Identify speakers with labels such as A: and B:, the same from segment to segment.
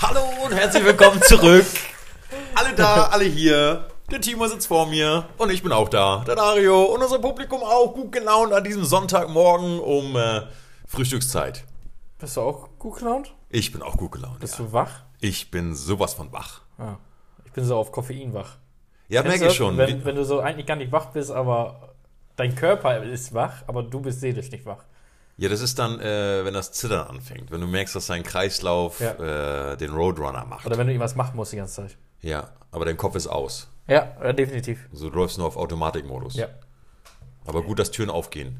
A: Hallo und herzlich willkommen zurück. Alle da, alle hier. Der Timo sitzt vor mir und ich bin auch da. Der Dario und unser Publikum auch gut gelaunt an diesem Sonntagmorgen um äh, Frühstückszeit.
B: Bist du auch gut gelaunt?
A: Ich bin auch gut gelaunt.
B: Bist
A: Ja.
B: du wach?
A: Ich bin sowas von wach.
B: Ah. Ich bin so auf Koffein wach.
A: Ja, merke
B: Kennst du
A: ich
B: das?
A: schon.
B: Wenn, wenn du so eigentlich gar nicht wach bist, aber dein Körper ist wach, aber du bist seelisch nicht wach.
A: ja, das ist dann, äh, wenn das Zittern anfängt. Wenn du merkst, dass dein Kreislauf äh, den Roadrunner macht.
B: Oder wenn du irgendwas machen musst die ganze Zeit.
A: Ja, aber dein Kopf ist aus.
B: Ja, ja definitiv.
A: So, du läufst nur auf Automatikmodus.
B: Ja.
A: Aber gut, dass Türen aufgehen.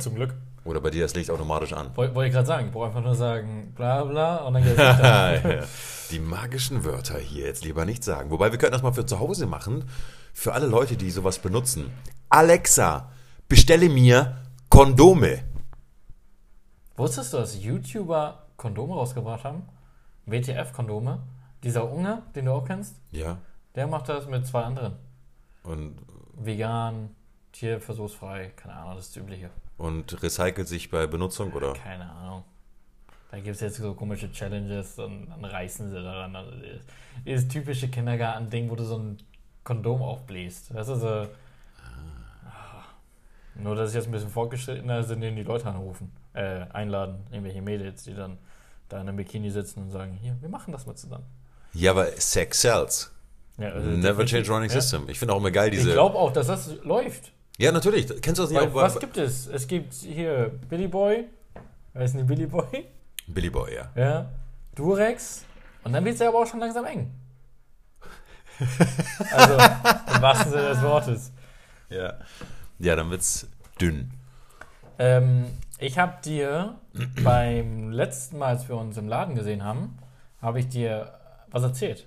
B: Zum Glück.
A: Oder bei dir das Licht automatisch an.
B: Woll, wollte ich gerade sagen. Ich brauche einfach nur sagen, bla bla und dann geht's weiter.
A: Ah, ja. Die magischen Wörter hier jetzt lieber nicht sagen. Wobei wir könnten das mal für zu Hause machen. Für alle Leute, die sowas benutzen. Alexa, bestelle mir Kondome.
B: Wusstest du, dass YouTuber Kondome rausgebracht haben? WTF-Kondome? Dieser Unge, den du auch kennst,
A: Ja.
B: der macht das mit zwei anderen.
A: Und,
B: Vegan, tierversuchsfrei, keine Ahnung, das ist das Übliche.
A: und recycelt sich bei Benutzung, oder?
B: Keine Ahnung. Da gibt es jetzt so komische Challenges und dann reißen sie daran. Also dieses- dieses typische Kindergarten-Ding, wo du so ein Kondom aufbläst. Das ist so. Ah. Nur, dass es jetzt ein bisschen fortgeschrittener sind, denen die Leute anrufen, äh, einladen, irgendwelche Mädels, die dann da in einem Bikini sitzen und sagen: Hier, wir machen das mal zusammen.
A: Ja, aber Sex sells.
B: Ja, also
A: Never
B: definitiv.
A: change running
B: Ja.
A: system. Ich finde auch immer geil
B: Ich
A: diese.
B: glaube auch, dass das läuft.
A: ja, natürlich. Kennst du das nicht?
B: Weil,
A: auch
B: was
A: bei-
B: gibt es? Es gibt hier Billy Boy. Wer ist denn Billy Boy?
A: Billy Boy, ja.
B: Ja. Durex. Und dann wird es ja aber auch schon langsam eng. also, im wahrsten Sinne des Wortes.
A: Ja, ja dann wird's dünn.
B: Ähm, ich habe dir beim letzten Mal, als wir uns im Laden gesehen haben, habe ich dir was erzählt.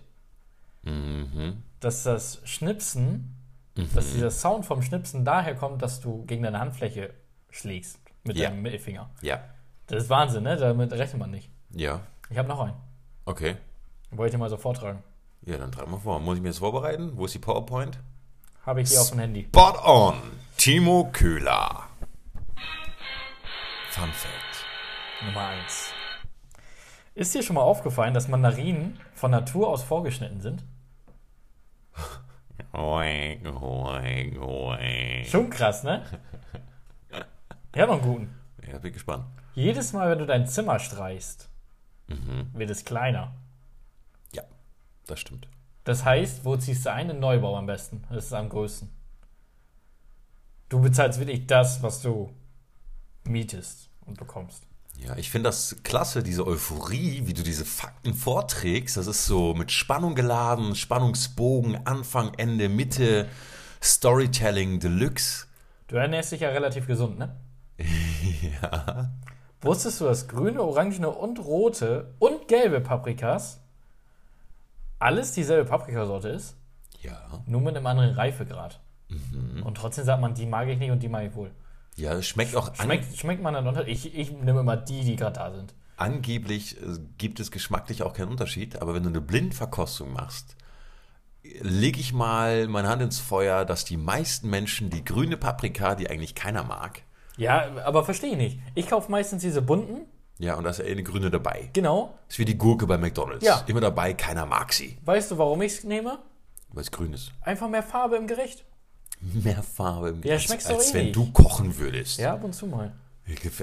A: Mhm.
B: Dass das Schnipsen, dass dieser Sound vom Schnipsen daher kommt, dass du gegen deine Handfläche schlägst mit
A: Ja.
B: deinem Mittelfinger.
A: Ja.
B: Das ist Wahnsinn, ne? Damit rechnet man nicht.
A: Ja. ich
B: Ich habe noch einen.
A: Okay.
B: Wollte ich dir mal so vortragen.
A: Ja, dann trag mal vor. Muss ich mir das vorbereiten? Wo ist die PowerPoint?
B: Habe ich hier auf dem Handy.
A: Spot on. Timo Köhler. Fun Fact.
B: Nummer 1. Ist dir schon mal aufgefallen, dass Mandarinen von Natur aus vorgeschnitten sind?
A: Oink, oink, oink.
B: Schon krass, ne? Ja, noch einen guten.
A: Ja, bin gespannt.
B: Jedes Mal, wenn du dein Zimmer streichst, wird es kleiner.
A: Ja, das stimmt.
B: Das heißt, wo ziehst du ein? In Neubau am besten. Das ist am größten. Du bezahlst wirklich das, was du mietest und bekommst.
A: Ja, ich finde das klasse, diese Euphorie, wie du diese Fakten vorträgst. Das ist so mit Spannung geladen, Spannungsbogen, Anfang, Ende, Mitte, Storytelling Deluxe.
B: Du ernährst dich ja relativ gesund, ne?
A: Ja.
B: Wusstest du, dass grüne, orangene und rote und gelbe Paprikas alles dieselbe Paprikasorte ist,
A: Ja.
B: nur mit einem anderen Reifegrad? Und trotzdem sagt man, die mag ich nicht und die mag ich wohl.
A: Ja, es schmeckt auch an
B: Schmeckt, schmeckt man dann unter? Ich, ich nehme immer die, die gerade da sind.
A: angeblich äh, gibt es geschmacklich auch keinen Unterschied, aber wenn du eine Blindverkostung machst, lege ich mal meine Hand ins Feuer, dass die meisten Menschen die grüne Paprika, die eigentlich keiner mag,
B: Ja, aber verstehe ich nicht. Ich kaufe meistens diese bunten,
A: ja, und da ist ja eh eine grüne dabei.
B: genau.
A: Ist wie die Gurke bei McDonalds.
B: Ja.
A: Immer dabei, keiner mag sie,
B: Weißt du, warum ich es nehme?
A: weil es grün ist.
B: Einfach mehr Farbe im Gericht.
A: Mehr Farbe im
B: Ja,
A: als,
B: schmeckt's doch
A: als wenn
B: ähnlich.
A: du kochen würdest.
B: Ja, ab und zu mal.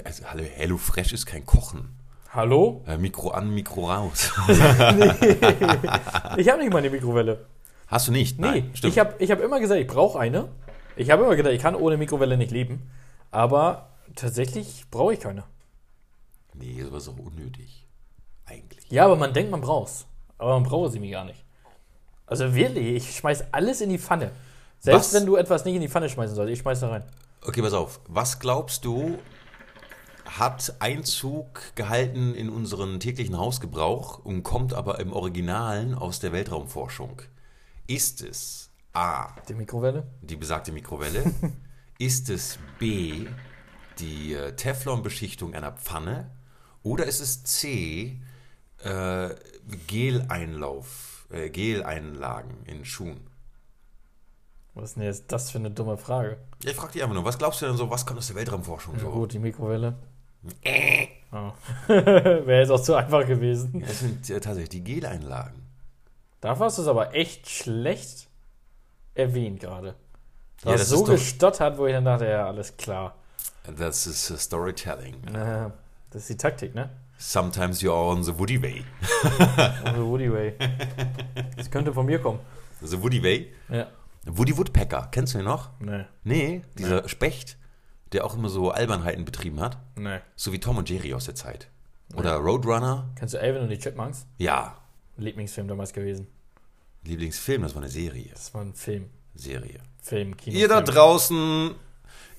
A: Also, hallo, Hello Fresh ist kein Kochen.
B: Hallo?
A: Äh, Mikro an, Mikro raus.
B: Ich habe nicht mal eine Mikrowelle.
A: Hast du nicht?
B: Nee,
A: Nein, stimmt.
B: ich habe ich hab immer gesagt, ich brauche eine. Ich habe immer gedacht, ich kann ohne Mikrowelle nicht leben. Aber tatsächlich brauche ich keine.
A: nee, sowas ist auch unnötig. Eigentlich.
B: Ja, aber man denkt, man braucht's. Aber man braucht sie mir gar nicht. Also wirklich, ich schmeiß alles in die Pfanne. Selbst
A: Was?
B: wenn du etwas nicht in die Pfanne schmeißen sollst, ich schmeiß da rein.
A: Okay, pass auf. Was glaubst du, hat Einzug gehalten in unseren täglichen Hausgebrauch und kommt aber im Originalen aus der Weltraumforschung? Ist es A,
B: Die Mikrowelle?
A: die besagte Mikrowelle? ist es B, die äh, Teflonbeschichtung einer Pfanne? Oder ist es C, äh, Geleinlauf, äh, Geleinlagen in Schuhen?
B: Was ist denn jetzt das für eine dumme Frage?
A: Ich frage dich einfach nur, was glaubst du denn so, was kommt aus der Weltraumforschung so?
B: Gut, die Mikrowelle.
A: Äh.
B: Oh. Wäre jetzt auch zu einfach gewesen.
A: Das sind äh, tatsächlich die Geleinlagen.
B: Dafür hast du es aber echt schlecht erwähnt gerade.
A: Ja,
B: Ja,
A: das
B: das so
A: ist doch-
B: gestottert, wo ich dann dachte, ja, alles klar.
A: Das ist äh, Storytelling.
B: Äh, Das ist die Taktik, ne?
A: Sometimes you are on the Woody Way.
B: Also Woody Way. Das könnte von mir kommen.
A: The Woody Way?
B: Ja.
A: Woody Woodpecker, kennst du ihn noch?
B: Nee.
A: Nee, dieser Specht, der auch immer so Albernheiten betrieben hat.
B: Nee.
A: So wie Tom und Jerry aus der Zeit. Oder Roadrunner.
B: Kennst du Alvin und die Chipmunks?
A: Ja,
B: Lieblingsfilm damals gewesen.
A: Lieblingsfilm, das war eine Serie.
B: Das war ein Film.
A: Serie.
B: Film, Kino.
A: Ihr da
B: Film.
A: draußen,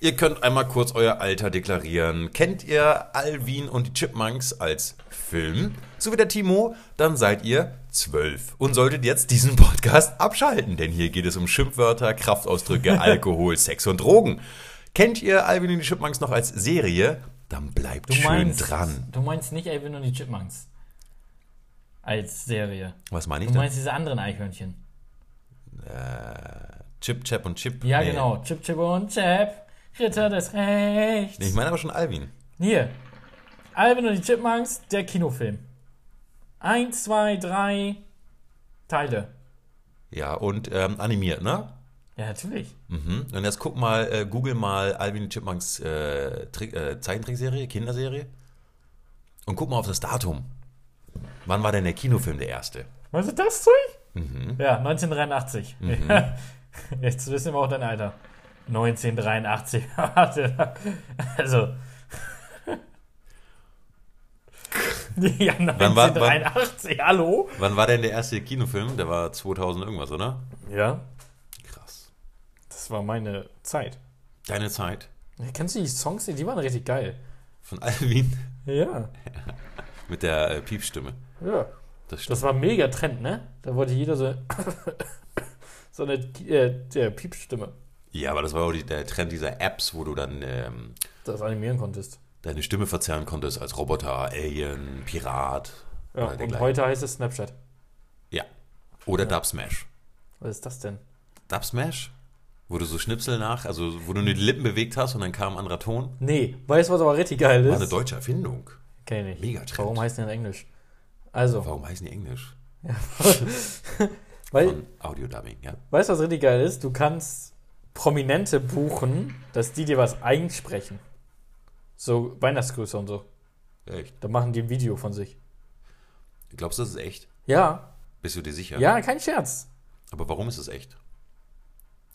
A: ihr könnt einmal kurz euer Alter deklarieren. Kennt ihr Alvin und die Chipmunks als Film? So wie der Timo, dann seid ihr zwölf und solltet jetzt diesen Podcast abschalten, denn hier geht es um Schimpfwörter, Kraftausdrücke, Alkohol, Sex und Drogen. Kennt ihr Alvin und die Chipmunks noch als Serie? Dann bleibt
B: Du
A: schön
B: meinst,
A: dran.
B: Du meinst nicht Alvin und die Chipmunks. Als Serie.
A: Was meine ich
B: Du
A: denn?
B: meinst diese anderen Eichhörnchen.
A: äh, Chip, Chap und Chip.
B: Ja,
A: Nee.
B: genau. Chip, Chip und Chap. Ritter des Rechts.
A: Nee, Ich meine aber schon Alvin.
B: Hier. Alvin und die Chipmunks, der Kinofilm. Eins, zwei, drei Teile.
A: Ja, und ähm, animiert, ne?
B: Ja, natürlich.
A: Mhm. Und jetzt guck mal, äh, google mal Alvin und die Chipmunks äh, Trick, äh, Zeichentrickserie, Kinderserie. Und guck mal auf das Datum. Wann war denn der Kinofilm der erste?
B: Weißt du das Zeug? Ja, 1983. Jetzt wissen wir auch dein Alter. 1983. Warte. also. ja,
A: wann- wann-
B: 1983. Hallo?
A: Wann war denn der erste Kinofilm? Der war 2000 irgendwas, oder?
B: Ja,
A: Krass.
B: das war meine Zeit.
A: Deine Zeit
B: Kennst du die Songs? Die waren richtig geil.
A: von Alvin
B: Ja.
A: mit der äh, Piepstimme.
B: Ja.
A: Das stimmt.
B: Das war mega Trend, ne? Da wollte jeder so, so eine äh, der Piepstimme,
A: ja, aber das war auch die, der Trend dieser Apps, wo du dann ähm,
B: das animieren konntest.
A: deine Stimme verzerren konntest als Roboter, Alien, Pirat
B: Ja,
A: oder
B: und
A: dergleichen.
B: heute heißt es Snapchat.
A: ja. Oder Dub Smash.
B: Was ist das denn?
A: Dub Smash? Wo du so Schnipsel nach, also wo du nur die Lippen bewegt hast und dann kam ein anderer Ton.
B: Nee, weißt du, was aber richtig geil
A: War eine
B: ist?
A: deutsche Erfindung.
B: Kenn ich nicht.
A: Mega Trend.
B: Warum heißt die in Englisch? Also,
A: Warum heißen die Englisch?
B: weil,
A: Von Audio-Dubbing, ja.
B: weißt du, was richtig geil ist? Du kannst Prominente buchen, dass die dir was einsprechen. So Weihnachtsgrüße und so.
A: Echt.
B: Da machen die ein Video von sich.
A: Glaubst du, das ist echt?
B: Ja,
A: Bist du dir sicher?
B: ja, kein Scherz.
A: Aber warum ist es echt?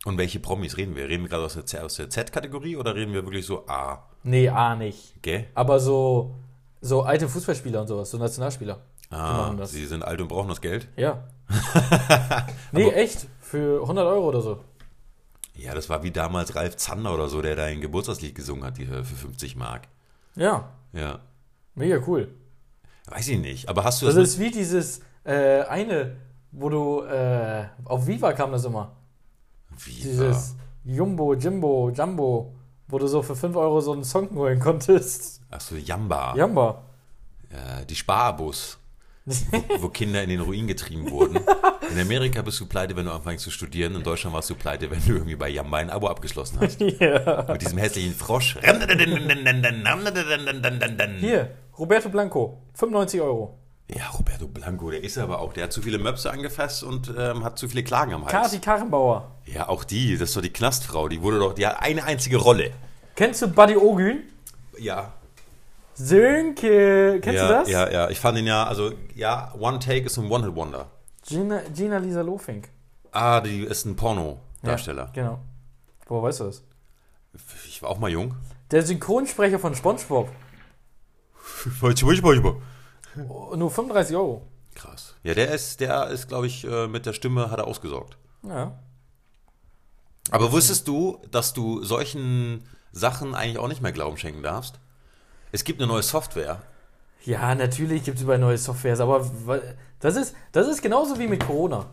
A: Und welche Promis reden wir? Reden wir gerade aus der Z- aus der Z-Kategorie oder reden wir wirklich so A?
B: Nee, ah, nicht.
A: Gell?
B: Aber so, so alte Fußballspieler und sowas, so Nationalspieler. machen
A: Ah,
B: das.
A: sie sind alt und brauchen das Geld?
B: Ja. nee, echt. Für 100 Euro oder so.
A: Ja, das war wie damals Ralf Zander oder so, der da ein Geburtstagslied gesungen hat, die für 50 Mark.
B: Ja,
A: Ja.
B: mega cool.
A: Weiß ich nicht, aber hast du
B: Das
A: das
B: ist wie dieses äh, eine, wo du äh, auf Viva kam das immer.
A: Wie
B: Dieses Jumbo, Jimbo, Jumbo, wo du so für 5 Euro so einen Song holen konntest.
A: Achso,
B: Ah.
A: Jamba.
B: Jamba.
A: Äh, die Sparbus, wo, wo Kinder in den Ruin getrieben wurden. In Amerika bist du pleite, wenn du anfängst zu studieren. In Deutschland warst du pleite, wenn du irgendwie bei Jamba ein Abo abgeschlossen hast.
B: Ja.
A: Mit diesem hässlichen Frosch.
B: Hier, Roberto Blanco, 95 Euro.
A: Ja, Roberto Blanco, der ist aber auch, der hat zu viele Möpse angefasst und ähm, hat zu viele Klagen am Hals.
B: Kati Karrenbauer.
A: Ja, auch die, das ist doch die Knastfrau, die wurde doch, die hat eine einzige Rolle.
B: Kennst du Buddy Ogün?
A: Ja.
B: Sönke, kennst
A: ja,
B: du das?
A: Ja, ja, ich fand ihn ja, also, ja, One Take ist ein One-Hit-Wonder.
B: Gina, Gina Lisa Lofink.
A: Ah, die ist ein Porno-Darsteller.
B: Ja, genau. Woher weißt du das?
A: Ich war auch mal jung.
B: Der Synchronsprecher von SpongeBob. Oh, Nur 35 Euro.
A: Krass. Ja, der ist, der ist, glaube ich, äh, mit der Stimme hat er ausgesorgt.
B: Ja.
A: Aber wusstest du, dass du solchen Sachen eigentlich auch nicht mehr Glauben schenken darfst? Es gibt eine neue Software.
B: Ja, natürlich gibt es überall neue Softwares, aber wa- das ist, das ist genauso wie mit Corona.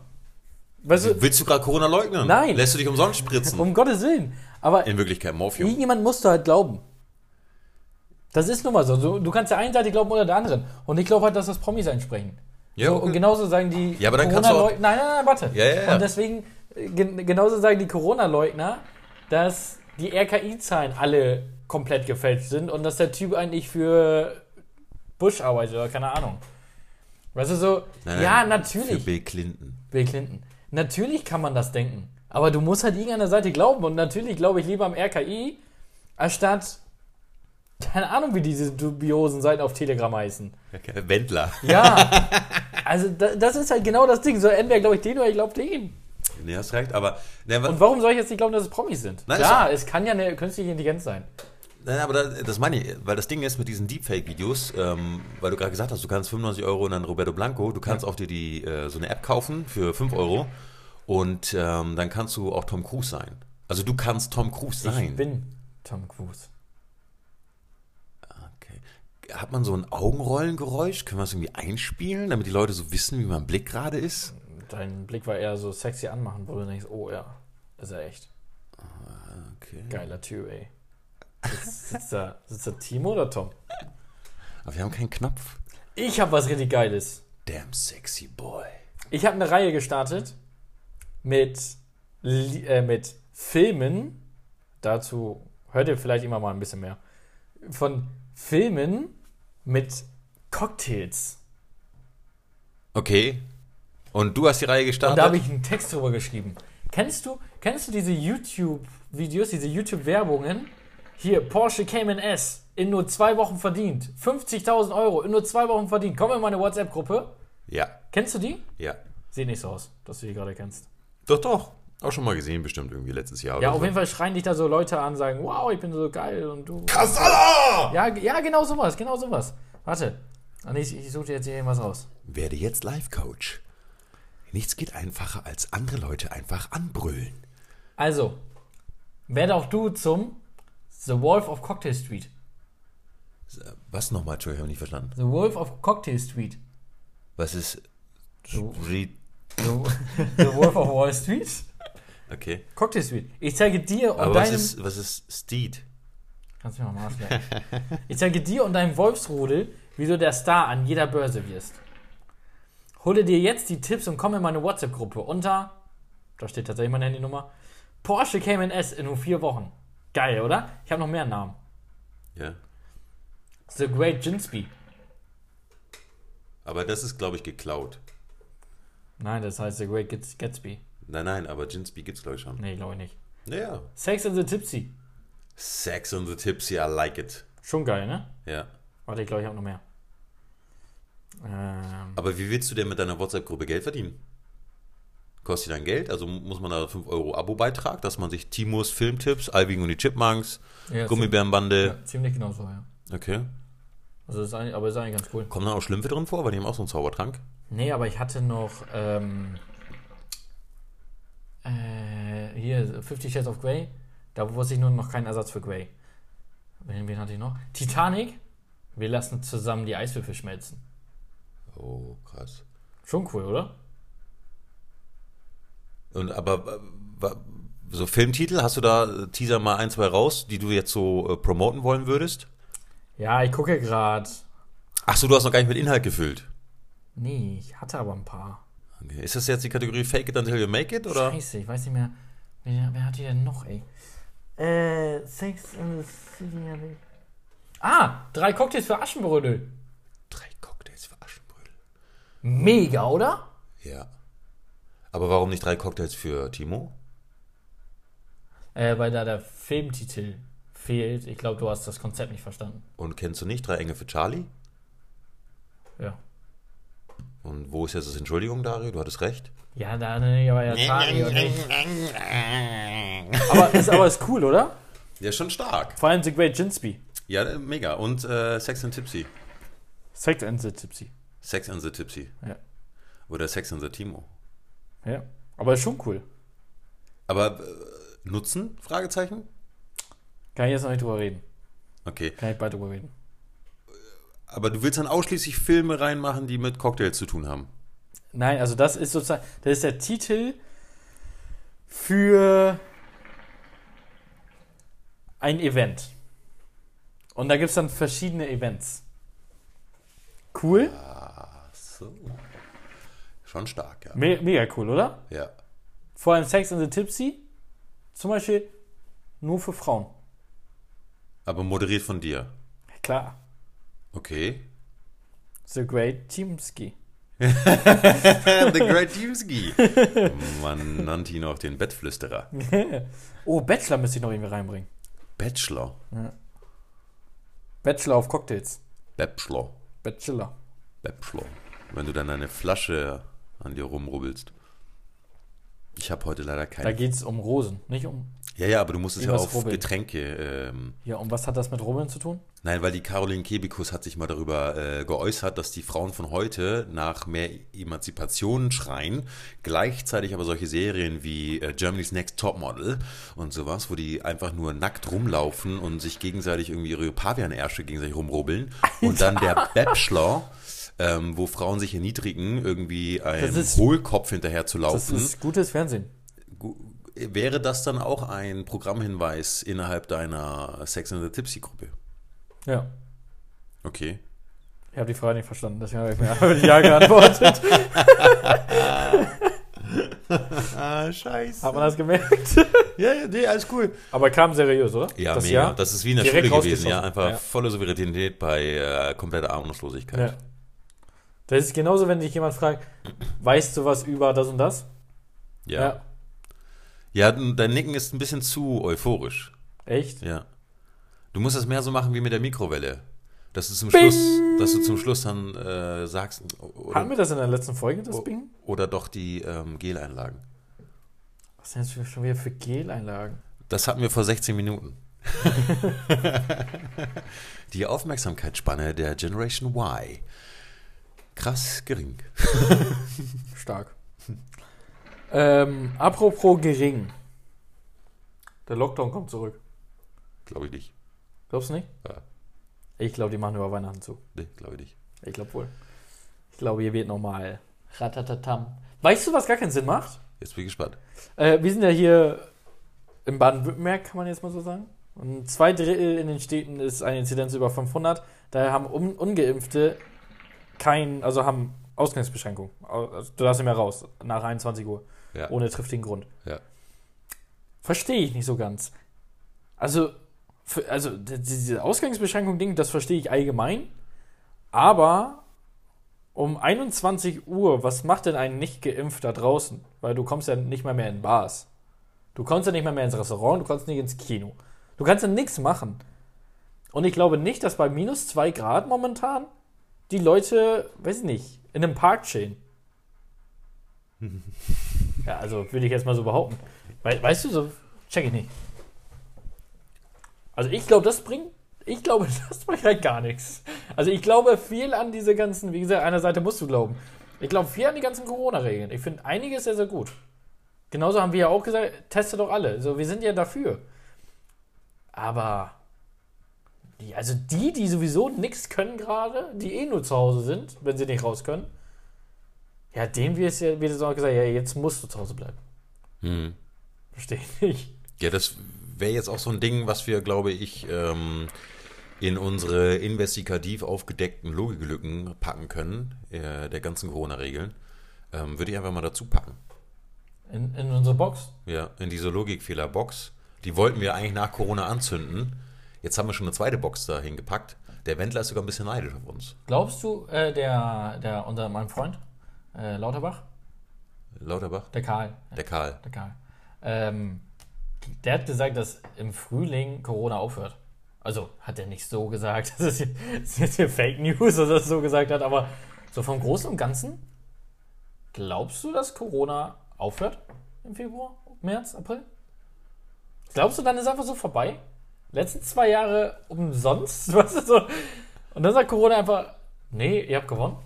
B: Weißt du,
A: Willst du gerade Corona leugnen?
B: Also Nein.
A: Lässt du dich umsonst spritzen?
B: um Gottes Willen. Aber
A: In Wirklichkeit Morphium.
B: irgendjemand musst du halt glauben. Das ist nun mal so. Du- Du kannst der einen Seite glauben oder der anderen. Und ich glaube halt, dass das Promis einsprechen.
A: Ja,
B: So, Und
A: okay.
B: genauso sagen die
A: Ja, aber dann kannst du auch-
B: Corona-Leugner. Nein, nein, nein, warte.
A: Ja, ja, ja.
B: Und deswegen, äh, gen genauso sagen die Corona-Leugner, dass die RKI-Zahlen alle komplett gefälscht sind und dass der Typ eigentlich für Bush arbeitet oder keine Ahnung. Weißt du so,
A: Nein,
B: ja,
A: nein, Für
B: natürlich.
A: Bill Clinton.
B: Bill Clinton. Natürlich kann man das denken. Aber du musst halt irgendeiner Seite glauben. Und natürlich glaube ich lieber am RKI, anstatt. Keine Ahnung, wie diese dubiosen Seiten auf Telegram heißen.
A: Wendler.
B: Ja. also, da, das ist halt genau das Ding. So, entweder glaube ich den oder ich glaube den.
A: Nee, hast recht, aber. Nee, wa-
B: Und warum soll ich jetzt nicht glauben, dass es Promis sind?
A: Nein,
B: Klar, es kann ja eine künstliche Intelligenz sein.
A: Nein, aber da- das meine ich, weil das Ding ist mit diesen Deepfake-Videos, ähm, weil du gerade gesagt hast, du kannst 95 Euro und dann Roberto Blanco, du kannst auch dir die, äh, so eine App kaufen für 5 Euro und ähm, dann kannst du auch Tom Cruise sein. Also du kannst Tom Cruise
B: Ich
A: sein.
B: bin Tom Cruise.
A: Okay. Hat man so ein Augenrollengeräusch? Können wir das irgendwie einspielen, damit die Leute so wissen, wie mein Blick gerade ist?
B: Dein Blick war eher so sexy anmachen, wo du denkst, oh ja, ist er echt.
A: Okay.
B: Geiler Typ, ey. Sitzt, sitzt, da, sitzt da Timo oder Tom?
A: Aber wir haben keinen Knopf.
B: Ich habe was richtig Geiles.
A: Damn sexy boy.
B: Ich habe eine Reihe gestartet mit, Li- äh, mit Filmen. Dazu hört ihr vielleicht immer mal ein bisschen mehr. Von Filmen mit Cocktails.
A: Okay. Und du hast die Reihe gestartet?
B: Und da habe ich einen Text drüber geschrieben. Kennst du, kennst du diese YouTube-Videos, diese YouTube-Werbungen? Hier, Porsche Cayman S, in nur zwei Wochen verdient. 50.000 Euro, in nur zwei Wochen verdient. Komm in meine WhatsApp-Gruppe.
A: ja,
B: Kennst du die?
A: ja.
B: Sieht nicht so aus, dass du die gerade kennst.
A: Doch, doch. Auch schon mal gesehen, bestimmt irgendwie letztes Jahr.
B: Ja,
A: oder
B: auf
A: so.
B: jeden Fall schreien dich da so Leute an, sagen, wow, ich bin so geil und du.
A: Kasala!
B: Ja, ge- ja genau sowas, genau sowas. Warte. Und ich, ich suche dir jetzt hier irgendwas raus.
A: Werde jetzt Live-Coach. Nichts geht einfacher, als andere Leute einfach anbrüllen.
B: Also, werde auch du zum The Wolf of Cocktail Street.
A: Was nochmal? Entschuldigung, ich habe nicht verstanden.
B: The Wolf of Cocktail Street.
A: Was ist...
B: So.
A: Street-
B: The, The Wolf of Wall Street?
A: Okay.
B: Cocktail Street. Ich zeige dir und
A: Aber was
B: deinem.
A: ist, was ist Steed?
B: kannst du mir mal Maß merken. Ich zeige dir und deinem Wolfsrudel, wie du der Star an jeder Börse wirst. Hole dir jetzt die Tipps und komm in meine WhatsApp-Gruppe unter. Da steht tatsächlich meine Handynummer. Porsche Cayman S in nur vier Wochen. Geil, oder? Ich habe noch mehr Namen.
A: Ja.
B: The Great Ginsby.
A: Aber das ist, glaube ich, geklaut.
B: Nein, das heißt The Great Gats Gatsby.
A: Nein, nein, aber Ginsby gibt's, glaube ich, schon.
B: Nee, glaube ich nicht.
A: Ja.
B: Sex and the Tipsy.
A: Sex on the Tipsy, I like it.
B: Schon geil, ne?
A: Ja.
B: Warte, ich glaube, ich habe noch mehr. Ähm.
A: Aber wie willst du denn mit deiner WhatsApp-Gruppe Geld verdienen? Kostet die dann Geld? Also muss man da 5 Euro Abo-Beitrag, dass man sich Timos Filmtipps, Alvin und die Chipmunks,
B: Ja,
A: Gummibärenbande.
B: Ja, ziemlich genau so, ja.
A: Okay.
B: Also ist eigentlich, aber ist eigentlich ganz cool.
A: Kommen da auch Schlümpfe drin vor? Weil die haben auch so einen Zaubertrank.
B: Nee, aber ich hatte noch ähm, äh, hier 50 Shades of Grey. Da wusste ich nur noch keinen Ersatz für Grey. Wen, wen hatte ich noch? Titanic. Wir lassen zusammen die Eiswürfel schmelzen.
A: Oh, krass.
B: Schon cool, oder?
A: Und aber äh, wa- so Filmtitel, hast du da äh, Teaser mal ein, zwei raus, die du jetzt so äh, promoten wollen würdest?
B: Ja, ich gucke gerade.
A: Achso, du hast noch gar nicht mit Inhalt gefüllt.
B: Nee, ich hatte aber ein paar.
A: Okay. Ist das jetzt die Kategorie Fake It Until You Make It? Oder?
B: Scheiße, ich weiß nicht mehr. Wer, wer hatte die denn noch, ey? Äh, Sex in the City. hatte ich. Ah, drei Cocktails für Aschenbrödel.
A: Drei Cocktails für Aschenbrödel.
B: Mega, oder?
A: Ja. Aber warum nicht drei Cocktails für Timo?
B: Äh, weil da der Filmtitel fehlt. Ich glaube, du hast das Konzept nicht verstanden.
A: Und kennst du nicht drei Engel für Charlie?
B: Ja.
A: Und wo ist jetzt das Entschuldigung, Dario? Du hattest recht.
B: Ja, da nee, aber ja Charlie und nicht. Aber ist aber ist cool, oder?
A: Ja, schon stark.
B: Vor allem The Great Ginsby.
A: Ja, äh, mega. Und äh, Sex and Tipsy.
B: Sex and the Tipsy.
A: Sex and the Tipsy.
B: Ja.
A: Oder Sex and the Timo.
B: Ja. Aber ist schon cool.
A: Aber äh, Nutzen? Fragezeichen?
B: Kann ich jetzt noch nicht drüber reden.
A: Okay.
B: Kann ich bald drüber reden.
A: Aber du willst dann ausschließlich Filme reinmachen, die mit Cocktails zu tun haben.
B: Nein, also das ist sozusagen, das ist der Titel für ein Event. Und da gibt es dann verschiedene Events. Cool?
A: So. Schon stark, ja.
B: Me mega cool, oder?
A: Ja.
B: Vor allem Sex and the Tipsy, zum Beispiel nur für Frauen.
A: Aber moderiert von dir.
B: Klar.
A: Okay.
B: The Great Teamski.
A: The Great Teamski. Man nannte ihn auch den Bettflüsterer.
B: oh, Bachelor müsste ich noch irgendwie reinbringen.
A: Bachelor.
B: Bachelor auf Cocktails.
A: Bachelor.
B: Bachelor.
A: Bachelor. Wenn du dann eine Flasche an dir rumrubbelst. Ich habe heute leider
B: Da
A: keine.
B: geht es um Rosen, nicht um.
A: Ja, ja, aber du musst es ja
B: Irgendwas
A: auf
B: rubbeln.
A: Getränke. Ähm,
B: Ja, und was hat das mit Rubbeln zu tun?
A: nein, weil die Caroline Kebekus hat sich mal darüber äh, geäußert, dass die Frauen von heute nach mehr Emanzipation schreien, gleichzeitig aber solche Serien wie äh, Germany's Next Topmodel und sowas, wo die einfach nur nackt rumlaufen und sich gegenseitig irgendwie ihre Pavianärsche gegenseitig rumrubbeln. Und dann der Bachelor. Ähm, wo Frauen sich erniedrigen, irgendwie einem
B: ist-
A: Hohlkopf hinterher zu laufen.
B: Das ist gutes Fernsehen.
A: Gu- Wäre das dann auch ein Programmhinweis innerhalb deiner Sex in the Tipsy Gruppe?
B: Ja.
A: Okay.
B: Ich habe die Frage nicht verstanden, deswegen habe ich mir Ja geantwortet.
A: Ah, scheiße.
B: Hat man das gemerkt?
A: Ja, ja, nee, alles cool.
B: Aber kam seriös, oder?
A: Ja,
B: das
A: mega.
B: Jahr?
A: Das ist wie in der
B: Direkt
A: Schule gewesen.
B: rausgeschossen.
A: Ja, einfach
B: Ja.
A: volle Souveränität bei äh, kompletter Ahnungslosigkeit.
B: Ja. Das ist genauso, wenn dich jemand fragt, weißt du was über das und das?
A: Ja. Ja. n- dein Nicken ist ein bisschen zu euphorisch.
B: Echt?
A: Ja. Du musst das mehr so machen wie mit der Mikrowelle. Dass du zum Schluss, dass du zum Schluss dann äh, sagst, o-
B: Hatten
A: oder,
B: wir das in der letzten Folge, das
A: Oh.
B: Bing?
A: oder doch die ähm, Geleinlagen.
B: Was sind das schon wieder für Geleinlagen?
A: Das hatten wir vor 16 Minuten. Die Aufmerksamkeitsspanne der Generation Y. Krass gering.
B: Stark. ähm, apropos gering. Der Lockdown kommt zurück.
A: Glaube ich nicht.
B: Glaubst du nicht?
A: Ja.
B: Ich glaube, die machen über Weihnachten zu.
A: Nee, glaube ich nicht.
B: Ich glaube wohl. Ich glaube, hier wird nochmal ratatatam. Weißt du, was gar keinen Sinn macht?
A: Jetzt bin ich gespannt.
B: Äh, wir sind ja hier in Baden-Württemberg, kann man jetzt mal so sagen. Und zwei Drittel in den Städten ist eine Inzidenz über 500. Daher haben un Ungeimpfte kein, also haben Ausgangsbeschränkung. Also, du darfst nicht mehr raus nach 21 Uhr.
A: Ja.
B: Ohne triftigen Grund.
A: Ja.
B: Verstehe ich nicht so ganz. Also, für, also d- diese Ausgangsbeschränkung-Ding, das verstehe ich allgemein. Aber um 21 Uhr, was macht denn ein Nicht-Geimpfter draußen? Weil du kommst ja nicht mal mehr in Bars. Du kommst ja nicht mal mehr ins Restaurant, du kommst nicht ins Kino. Du kannst ja nichts machen. Und ich glaube nicht, dass bei minus 2 Grad momentan die Leute, weiß ich nicht, in einem Park chillen. ja, also würde ich jetzt mal so behaupten. Wei- weißt du, so check ich nicht. Also ich glaube, das bringt, ich glaube, das bringt halt gar nichts. Also ich glaube viel an diese ganzen, wie gesagt, einer Seite musst du glauben. Ich glaube viel an die ganzen Corona-Regeln. Ich finde einiges sehr, sehr gut. Genauso haben wir ja auch gesagt, teste doch alle. So, wir sind ja dafür. Aber die, also die, die sowieso nichts können gerade, die eh nur zu Hause sind, wenn sie nicht raus können, ja, denen wird es ja wird es auch gesagt, ja, jetzt musst du zu Hause bleiben.
A: Hm.
B: Verstehe ich nicht.
A: Ja, das wäre jetzt auch so ein Ding, was wir, glaube ich, ähm, in unsere investigativ aufgedeckten Logiklücken packen können, äh, der ganzen Corona-Regeln. Ähm, Würde ich einfach mal dazu packen.
B: In, in unsere Box.
A: Ja, in diese Logikfehlerbox. Die wollten wir eigentlich nach Corona anzünden. Jetzt haben wir schon eine zweite Box dahin gepackt. Der Wendler ist sogar ein bisschen neidisch auf uns.
B: Glaubst du, äh, der, der, unser, mein Freund, äh, Lauterbach,
A: Lauterbach,
B: der Karl,
A: der Karl.
B: der Karl, ähm, der hat gesagt, dass im Frühling Corona aufhört. Also hat er nicht so gesagt, das ist, jetzt- das ist jetzt hier Fake News, dass er es so gesagt hat, aber so vom Großen und Ganzen, glaubst du, dass Corona aufhört im Februar, März, April? Glaubst du, dann ist einfach so vorbei? Letzten zwei Jahre umsonst, weißt du so? Und dann sagt Corona einfach, nee, ihr habt gewonnen.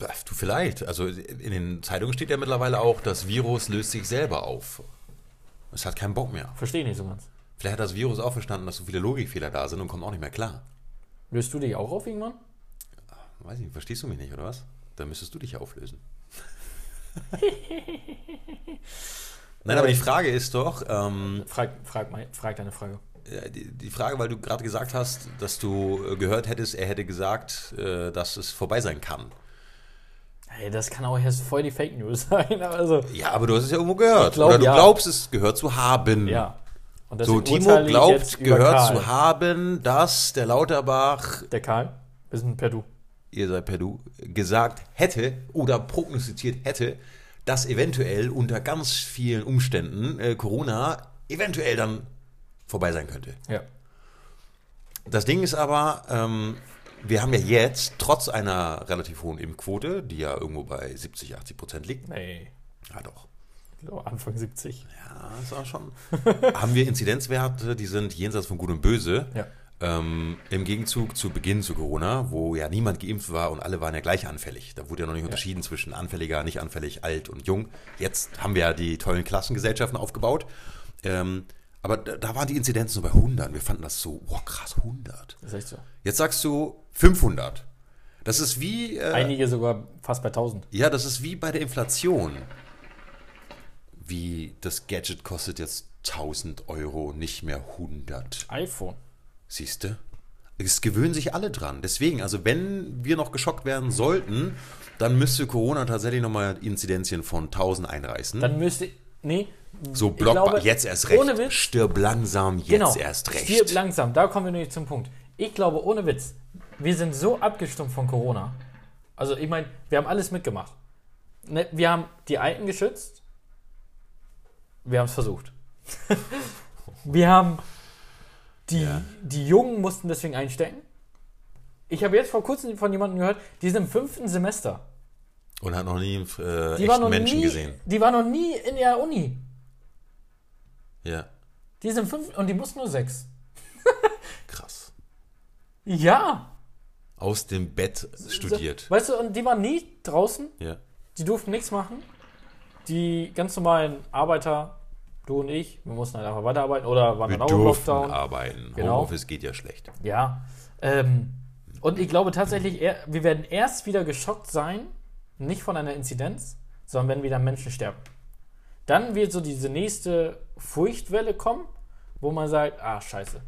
A: Pff, Du vielleicht. Also in den Zeitungen steht ja mittlerweile auch, das Virus löst sich selber auf. Es hat keinen Bock mehr.
B: Verstehe ich nicht so ganz.
A: Vielleicht hat das Virus auch verstanden, dass so viele Logikfehler da sind und kommt auch nicht mehr klar.
B: Löst du dich auch auf irgendwann?
A: Weiß ich nicht, verstehst du mich nicht, oder was? Dann müsstest du dich ja auflösen. Nein,
B: Äh.
A: aber die Frage ist doch, ähm,
B: Frag, frag, mal- frag deine Frage.
A: Ja, die, die Frage, weil du gerade gesagt hast, dass du äh, gehört hättest, er hätte gesagt, äh, dass es vorbei sein kann.
B: Hey, das kann auch erst voll die Fake News sein. Also,
A: Ja, aber du hast es ja irgendwo gehört.
B: Ich glaub,
A: Oder du
B: ja.
A: glaubst, es gehört zu haben.
B: ja. Und
A: So,
B: deswegen
A: Timo
B: urteile ich jetzt
A: glaubt,
B: über
A: gehört
B: Karl.
A: zu haben, dass der Lauterbach.
B: Der Karl, wir sind per Du.
A: ihr seid per Du, gesagt hätte oder prognostiziert hätte, dass eventuell unter ganz vielen Umständen äh, Corona eventuell dann vorbei sein könnte.
B: Ja.
A: Das Ding ist aber, ähm, wir haben ja jetzt, trotz einer relativ hohen Impfquote, die ja irgendwo bei 70, 80 Prozent liegt,
B: Nee.
A: ja doch,
B: So Anfang 70.
A: ja, ist auch schon, haben wir Inzidenzwerte, die sind jenseits von Gut und Böse.
B: Ja.
A: Ähm, Im Gegenzug zu Beginn zu Corona, wo ja niemand geimpft war und alle waren ja gleich anfällig. Da wurde ja noch nicht unterschieden zwischen anfälliger, nicht anfällig, alt und jung. Jetzt haben wir ja die tollen Klassengesellschaften aufgebaut. Ähm, aber da, da waren die Inzidenzen so bei 100. Wir fanden das so, wow, krass, 100.
B: Das ist echt so.
A: Jetzt sagst du 500. Das ist wie. Äh,
B: Einige sogar fast bei 1000.
A: ja, das ist wie bei der Inflation. Wie das Gadget kostet jetzt 1000 Euro, nicht mehr 100.
B: iPhone.
A: Siehst du? Es gewöhnen sich alle dran. Deswegen, also wenn wir noch geschockt werden sollten, dann müsste Corona tatsächlich nochmal Inzidenzien von 1000 einreißen.
B: Dann müsste. Nee.
A: so
B: ich
A: blockbar,
B: glaube,
A: jetzt erst recht.
B: Ohne Witz.
A: Stirb langsam, jetzt
B: Genau.
A: erst recht.
B: Stirb langsam. Da kommen wir nämlich zum Punkt. Ich glaube, ohne Witz, wir sind so abgestumpft von Corona. Also, ich meine, wir haben alles mitgemacht. Ne, Wir haben die Alten geschützt. Wir haben es versucht. wir haben die,
A: Ja.
B: die Jungen mussten deswegen einstecken. Ich habe jetzt vor kurzem von jemandem gehört, die sind im fünften Semester.
A: Und hat noch nie äh,
B: Die war
A: echten
B: noch
A: Menschen
B: nie,
A: gesehen.
B: Die war noch nie in der Uni.
A: Ja,
B: Die sind fünf und die mussten nur sechs.
A: krass.
B: Ja.
A: Aus dem Bett studiert.
B: Weißt du, und die waren nie draußen.
A: Ja.
B: Die durften nichts machen. Die ganz normalen Arbeiter, du und ich, wir mussten halt einfach weiterarbeiten oder waren
A: Wir
B: dann auch im
A: durften
B: Genau, Lockdown.
A: arbeiten.
B: Genau.
A: Homeoffice geht ja schlecht.
B: Ja. Ähm, und ich glaube tatsächlich, eher, wir werden erst wieder geschockt sein, nicht von einer Inzidenz, sondern wenn wieder Menschen sterben. Dann wird so diese nächste Furchtwelle kommen, wo man sagt, ah, scheiße,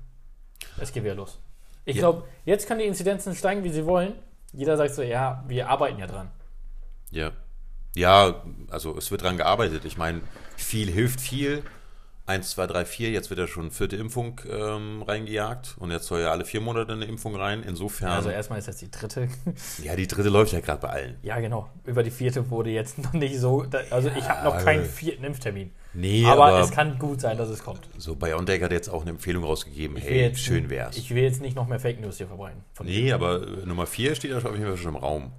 B: es geht wieder los. Ich
A: Ja.
B: glaube, jetzt können die Inzidenzen steigen, wie sie wollen. Jeder sagt so, ja, wir arbeiten ja dran.
A: Ja. Ja, also es wird dran gearbeitet. Ich meine, viel hilft viel. Eins, zwei, drei, vier, jetzt wird ja schon vierte Impfung ähm, reingejagt und jetzt soll ja alle vier Monate eine Impfung rein. Insofern,
B: Also erstmal ist jetzt die dritte.
A: ja, die dritte läuft ja gerade bei allen.
B: ja, genau. Über die vierte wurde jetzt noch nicht so. da- Also ich habe noch
A: Ja. äh,
B: keinen vierten Impftermin.
A: Nee,
B: aber,
A: aber,
B: es kann gut sein, dass es kommt.
A: so BioNTech hat jetzt auch eine Empfehlung rausgegeben,
B: will
A: hey, schön wär's.
B: Ich will jetzt nicht noch mehr Fake News hier verbreiten. Von
A: nee, aber äh, Nummer vier steht ja schon- auf jeden Fall schon im Raum.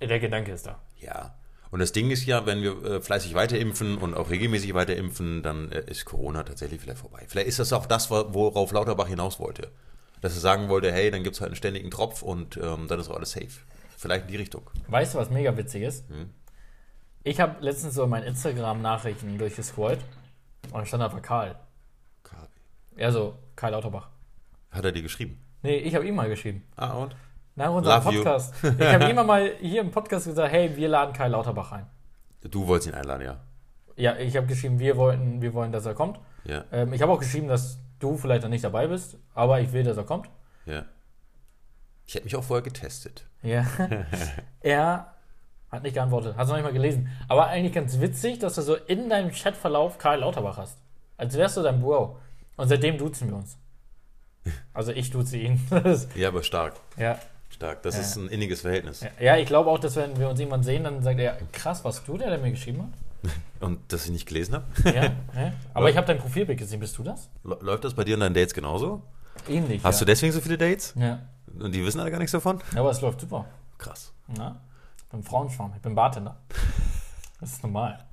B: Der Gedanke ist da.
A: Ja. Und das Ding ist ja, wenn wir äh, fleißig weiterimpfen und auch regelmäßig weiterimpfen, dann äh, ist Corona tatsächlich vielleicht vorbei. Vielleicht ist das auch das, wo- worauf Lauterbach hinaus wollte. Dass er sagen wollte, hey, dann gibt es halt einen ständigen Tropf und ähm, dann ist auch alles safe. Vielleicht in die Richtung.
B: Weißt du, was mega witzig ist?
A: Hm.
B: Ich habe letztens so meine Instagram-Nachrichten durchgescrollt und dann stand einfach Karl. Ja, so Karl Lauterbach.
A: Hat er dir geschrieben?
B: Nee, ich habe ihm mal geschrieben.
A: Ah, und?
B: Nach unserem
A: Love you.
B: Podcast. Ich habe ihm mal hier im Podcast gesagt, hey, wir laden Karl Lauterbach ein.
A: Du wolltest ihn einladen, ja.
B: Ja, ich habe geschrieben, wir wollten, wir wollen, dass er kommt.
A: Ja,
B: Ähm, ich habe auch geschrieben, dass du vielleicht dann nicht dabei bist, aber ich will, dass er kommt.
A: ja. Ich hätte mich auch vorher getestet.
B: Ja. er hat nicht geantwortet, hat es noch nicht mal gelesen. Aber eigentlich ganz witzig, dass du so in deinem Chatverlauf Karl Lauterbach hast. Als wärst du dein Bro. Und seitdem duzen wir uns. Also ich duze ihn. Das ist-
A: Ja, aber stark.
B: ja.
A: Stark. Das
B: Ja.
A: ist ein inniges Verhältnis.
B: ja, ich glaube auch, dass wenn wir uns irgendwann sehen, dann sagt er, krass, was du der, der mir geschrieben
A: Und dass ich nicht gelesen habe?
B: hat. Ja, ja. Aber ich habe dein Profilbild gesehen, bist du das?
A: Lä- Läuft das bei dir und deinen Dates genauso?
B: Ähnlich.
A: Hast du
B: ja.
A: deswegen so viele Dates?
B: Ja.
A: Und die wissen alle gar nichts davon?
B: ja, aber es läuft super.
A: Krass.
B: Na? Ne? Ich bin Frauenschwarm, ich bin Bartender. Das ist normal.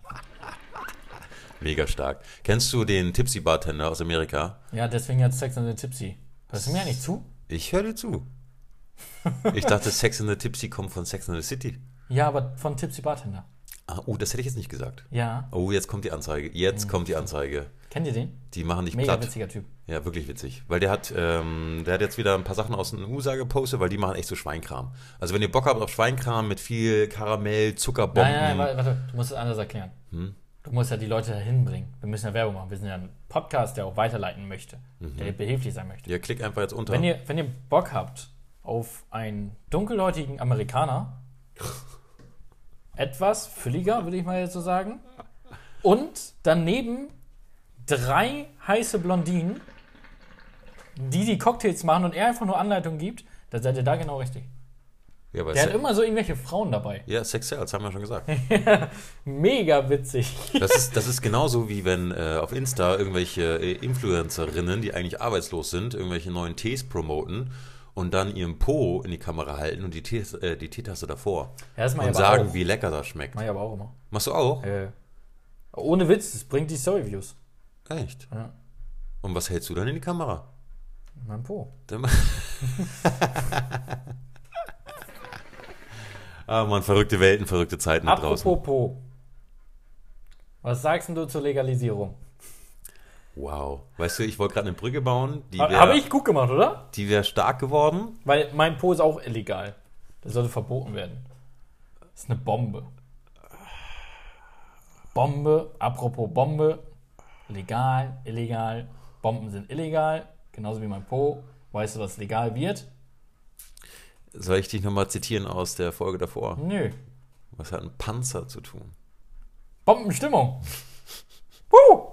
A: Mega stark. Kennst du den Tipsy Bartender aus Amerika?
B: Ja, deswegen hat Sex and the Tipsy. Hörst du mir ja nicht zu?
A: Ich höre dir zu. Ich dachte, Sex in the Tipsy kommt von Sex in the City.
B: Ja, aber von Tipsy Bartender.
A: Ah, oh, das hätte ich jetzt nicht gesagt.
B: Ja.
A: Oh, jetzt kommt die Anzeige. Jetzt kommt die Anzeige.
B: Kennt ihr den?
A: Die machen dich
B: Mega
A: platt.
B: witziger Typ.
A: Ja, wirklich witzig. Weil der hat, ähm, der hat jetzt wieder ein paar Sachen aus den USA gepostet, weil die machen echt so Schweinkram. Also wenn ihr Bock habt auf Schweinkram mit viel Karamell, Zuckerbomben.
B: Nein, nein, nein, warte, warte, du musst es anders erklären. Du musst ja die Leute hinbringen. Wir müssen ja Werbung machen. Wir sind ja ein Podcast, der auch weiterleiten möchte, der dir behilflich sein möchte.
A: Ja, klick einfach jetzt unter.
B: Wenn, ihr, wenn ihr Bock habt auf einen dunkelhäutigen Amerikaner, etwas fülliger, würde ich mal jetzt so sagen, und daneben drei heiße Blondinen, die die Cocktails machen und er einfach nur Anleitung gibt, dann seid ihr da genau richtig.
A: Ja, aber
B: Der hat
A: Se-
B: immer so irgendwelche Frauen dabei.
A: ja, Sex Sales, haben wir schon gesagt.
B: Mega witzig.
A: Das ist, das ist genauso wie wenn äh, auf Insta irgendwelche äh, Influencerinnen, die eigentlich arbeitslos sind, irgendwelche neuen Tees promoten und dann ihren Po in die Kamera halten und die, Tees, äh, die Teetasse davor
B: Ja, das mach ich
A: und
B: aber
A: sagen,
B: auch.
A: wie lecker das schmeckt.
B: Mach ich aber auch immer.
A: Machst du auch?
B: Äh, ohne Witz, das bringt die Story-Views.
A: Echt?
B: Ja,
A: Und was hältst du dann in die Kamera?
B: mein Po.
A: Dann- ah man, verrückte Welten, verrückte Zeiten da
B: Apropos
A: draußen.
B: Po. Was sagst denn du zur Legalisierung?
A: Wow. Weißt du, ich wollte gerade eine Brücke bauen, die
B: Ha- Habe
A: wäre
B: ich gut gemacht, oder?
A: wär stark geworden.
B: Weil mein Po ist auch illegal. Das sollte verboten werden. Das ist eine Bombe. Bombe, apropos Bombe. Legal, illegal. Bomben sind illegal, genauso wie mein Po. Weißt du, was legal wird?
A: Soll ich dich nochmal zitieren aus der Folge davor?
B: Nö.
A: Was hat ein Panzer zu tun?
B: Bombenstimmung. Huh!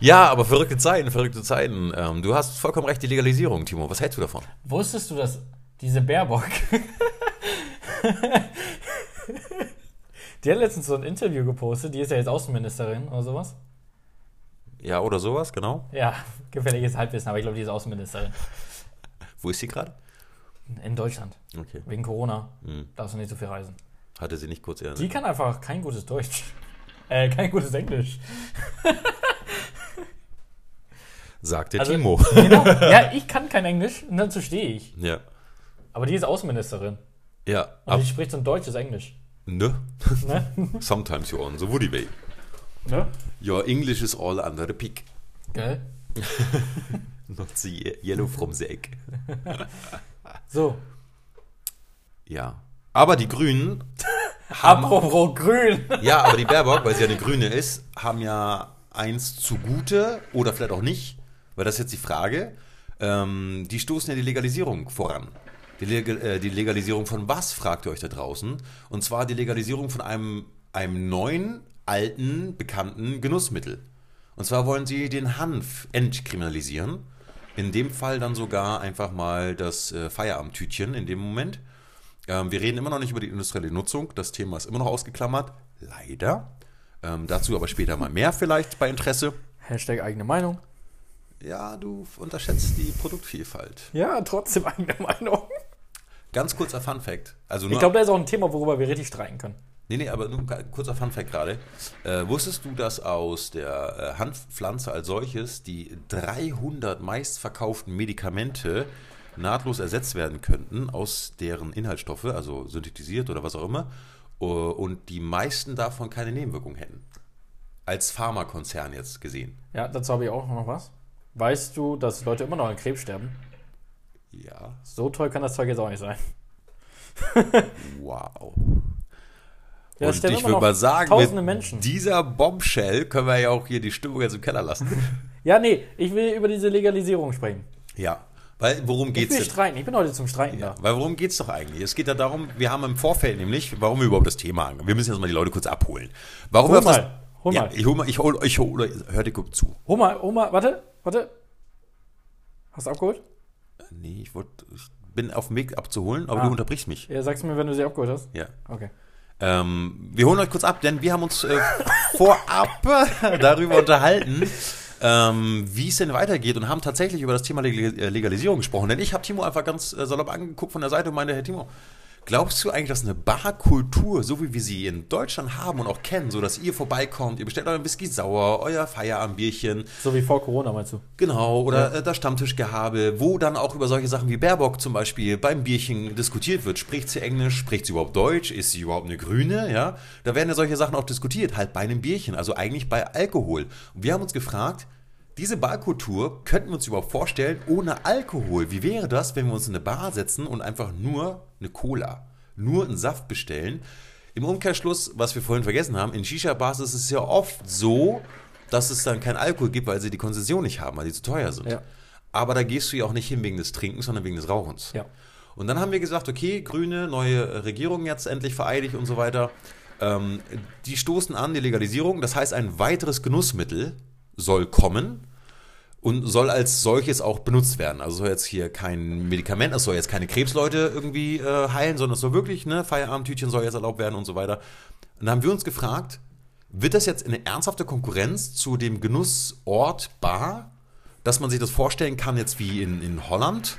A: Ja, aber verrückte Zeiten, verrückte Zeiten. Ähm, du hast vollkommen recht, die Legalisierung, Timo. Was hältst du davon?
B: Wusstest du, dass diese Baerbock. die hat letztens so ein Interview gepostet, die ist ja jetzt Außenministerin oder sowas.
A: Ja, oder sowas, genau.
B: Ja, gefälliges Halbwissen, aber ich glaube, die ist Außenministerin.
A: Wo ist sie gerade?
B: In Deutschland.
A: Okay.
B: Wegen Corona
A: Hm.
B: darfst du nicht so viel reisen.
A: Hatte sie nicht kurz
B: Die
A: erinnert.
B: kann einfach kein gutes Deutsch. Äh, kein gutes Englisch.
A: Sagte
B: Also-
A: Timo.
B: Genau. ja, ich kann kein Englisch und dazu stehe ich.
A: ja.
B: Aber die ist Außenministerin.
A: Ja.
B: Und
A: Ab,
B: die spricht so ein deutsches Englisch.
A: nö.
B: Ne?
A: Sometimes you're on the woody way.
B: ne?
A: Your English is all under the peak.
B: Gell?
A: Not the ye- yellow from the egg.
B: So.
A: Ja. Aber die Grünen haben.
B: Apropos Grün.
A: ja, aber die Baerbock, weil sie ja eine Grüne ist, haben ja eins zugute oder vielleicht auch nicht, weil das ist jetzt die Frage. Ähm, die stoßen ja die Legalisierung voran. Die, Legal, äh, die Legalisierung von was, fragt ihr euch da draußen? Und zwar die Legalisierung von einem, einem neuen, alten, bekannten Genussmittel. Und zwar wollen sie den Hanf entkriminalisieren. In dem Fall dann sogar einfach mal das äh, Feierabendtütchen in dem Moment. Ähm, wir reden immer noch nicht über die industrielle Nutzung. Das Thema ist immer noch ausgeklammert. Leider. Ähm, dazu aber später mal mehr vielleicht bei Interesse.
B: Hashtag eigene Meinung.
A: Ja, du unterschätzt die Produktvielfalt.
B: Ja, trotzdem eigene Meinung.
A: Ganz kurzer Fun Fact. Also nur,
B: Ich glaube, da ist auch ein Thema, worüber wir richtig streiten können.
A: nee, nee, aber nur ein kurzer Fun Fact gerade. Äh, wusstest du, dass aus der äh, Hanfpflanze als solches die 300 meistverkauften Medikamente nahtlos ersetzt werden könnten aus deren Inhaltsstoffe, also synthetisiert oder was auch immer, äh, und die meisten davon keine Nebenwirkungen hätten? Als Pharmakonzern jetzt gesehen.
B: Ja, dazu habe ich auch noch was. Weißt du, dass Leute immer noch an Krebs sterben?
A: Ja.
B: So toll kann das Zeug jetzt auch nicht sein.
A: Wow.
B: Ja,
A: und
B: sterben
A: ich
B: immer
A: würde
B: noch
A: mal sagen,
B: tausende
A: mit
B: Menschen.
A: dieser Bombshell können wir ja auch hier die Stimmung jetzt im Keller lassen.
B: Ja, nee, ich will über diese Legalisierung sprechen.
A: ja, weil worum
B: Ich
A: geht's
B: will
A: denn?
B: streiten. Ich bin heute zum Streiten
A: Ja,
B: da.
A: weil worum geht's doch eigentlich? Es geht ja darum, wir haben im Vorfeld nämlich, warum wir überhaupt das Thema angehen. Wir müssen jetzt mal die Leute kurz abholen. Warum
B: Hol
A: wir auf das-
B: mal, hol
A: ja,
B: mal.
A: Ich hol mal, ich hol, ich hol, hör dir gut zu.
B: Oma, Oma, warte, warte. Hast du abgeholt?
A: Nee, ich, wollt, ich bin auf dem Weg abzuholen, aber
B: Ah.
A: du unterbrichst mich.
B: Ja, sagst du mir, wenn du sie abgeholt hast?
A: Ja.
B: Okay.
A: Ähm, wir holen euch kurz ab, denn wir haben uns äh, vorab darüber unterhalten, ähm, wie es denn weitergeht und haben tatsächlich über das Thema Legal- äh, Legalisierung gesprochen. Denn ich habe Timo einfach ganz äh, salopp angeguckt von der Seite und meinte, Herr Timo, glaubst du eigentlich, dass eine Barkultur, so wie wir sie in Deutschland haben und auch kennen, so dass ihr vorbeikommt, ihr bestellt euren Whisky sauer, euer Feierabendbierchen,
B: So wie vor Corona, meinst du?
A: Genau, oder äh, das Stammtischgehabe, wo dann auch über solche Sachen wie Baerbock zum Beispiel beim Bierchen diskutiert wird. Spricht sie Englisch? Spricht sie überhaupt Deutsch? Ist sie überhaupt eine Grüne? Ja, da werden ja solche Sachen auch diskutiert, halt bei einem Bierchen, also eigentlich bei Alkohol. Und wir haben uns gefragt, diese Barkultur könnten wir uns überhaupt vorstellen ohne Alkohol. Wie wäre das, wenn wir uns in eine Bar setzen und einfach nur eine Cola, nur einen Saft bestellen? Im Umkehrschluss, was wir vorhin vergessen haben, in Shisha-Bars ist es ja oft so, dass es dann keinen Alkohol gibt, weil sie die Konzession nicht haben, weil die zu teuer sind.
B: Ja.
A: Aber da gehst du ja auch nicht hin wegen des Trinkens, sondern wegen des Rauchens.
B: Ja.
A: Und dann haben wir gesagt, okay, Grüne, neue äh, Regierung jetzt endlich vereidigt und so weiter. Ähm, die stoßen an die Legalisierung. Das heißt, ein weiteres Genussmittel soll kommen. und soll als solches auch benutzt werden. Also soll jetzt hier kein Medikament, es soll jetzt keine Krebsleute irgendwie äh, heilen, sondern es soll wirklich, ne, Feierabendtütchen soll jetzt erlaubt werden und so weiter. Und da haben wir uns gefragt, wird das jetzt eine ernsthafte Konkurrenz zu dem Genussort Bar, dass man sich das vorstellen kann, jetzt wie in, in Holland,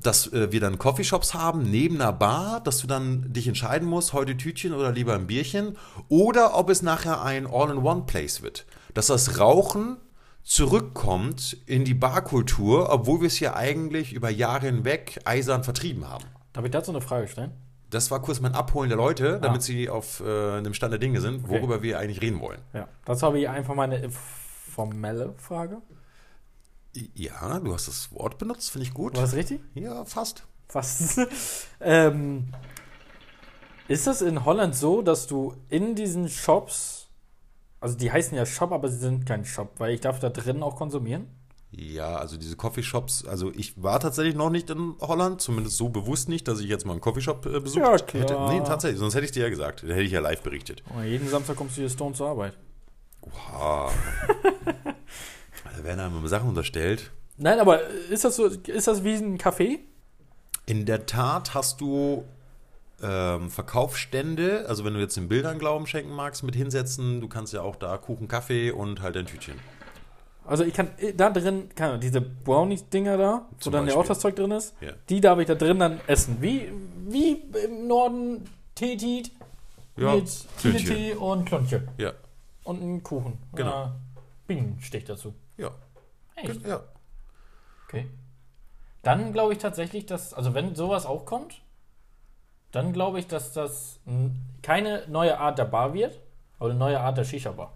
A: dass äh, wir dann Coffeeshops haben neben einer Bar, dass du dann dich entscheiden musst, heute Tütchen oder lieber ein Bierchen, oder ob es nachher ein All-in-One-Place wird. Dass das Rauchen zurückkommt in die Barkultur, obwohl wir es hier eigentlich über Jahre hinweg eisern vertrieben haben.
B: Darf ich dazu eine Frage stellen?
A: Das war kurz mein Abholen der Leute, damit sie auf äh, dem Stand der Dinge sind, worüber wir eigentlich reden wollen.
B: Ja. Dazu habe ich einfach mal eine formelle Frage.
A: Ja, du hast das Wort benutzt, finde ich gut.
B: War das richtig?
A: Ja, fast.
B: Fast. ähm, ist das in Holland so, dass du in diesen Shops, also die heißen ja Shop, aber sie sind kein Shop, weil ich darf da drin auch konsumieren?
A: Ja, also diese Coffeeshops, also ich war tatsächlich noch nicht in Holland, zumindest so bewusst nicht, dass ich jetzt mal einen Coffeeshop äh, besucht
B: Ja, klar.
A: hätte. Nee, tatsächlich, sonst hätte ich dir ja gesagt, dann hätte ich ja live berichtet.
B: Und Oh, jeden Samstag kommst du hier Stone zur Arbeit.
A: Oha. Ah. da werden einem immer Sachen unterstellt.
B: Nein, aber ist das so, ist das wie ein Café?
A: In der Tat hast du ähm, Verkaufsstände, also wenn du jetzt den Bildern Glauben schenken magst, mit hinsetzen, du kannst ja auch da Kuchen, Kaffee und halt ein Tütchen.
B: Also ich kann äh, da drin, keine Ahnung, diese Brownies-Dinger da, wo
A: Zum
B: dann ja auch
A: Beispiel.
B: das Zeug drin ist,
A: Ja.
B: die darf ich da drin dann essen. Wie, wie im Norden Tetit
A: Ja,
B: mit
A: Klöntchen.
B: Tee und Klöntchen.
A: Ja,
B: Und einen Kuchen.
A: Genau.
B: Oder Bienenstich dazu.
A: ja,
B: Echt?
A: ja.
B: Okay. Dann glaube ich tatsächlich, dass, also wenn sowas auch kommt, dann glaube ich, dass das n- keine neue Art der Bar wird, aber eine neue Art der Shisha-Bar.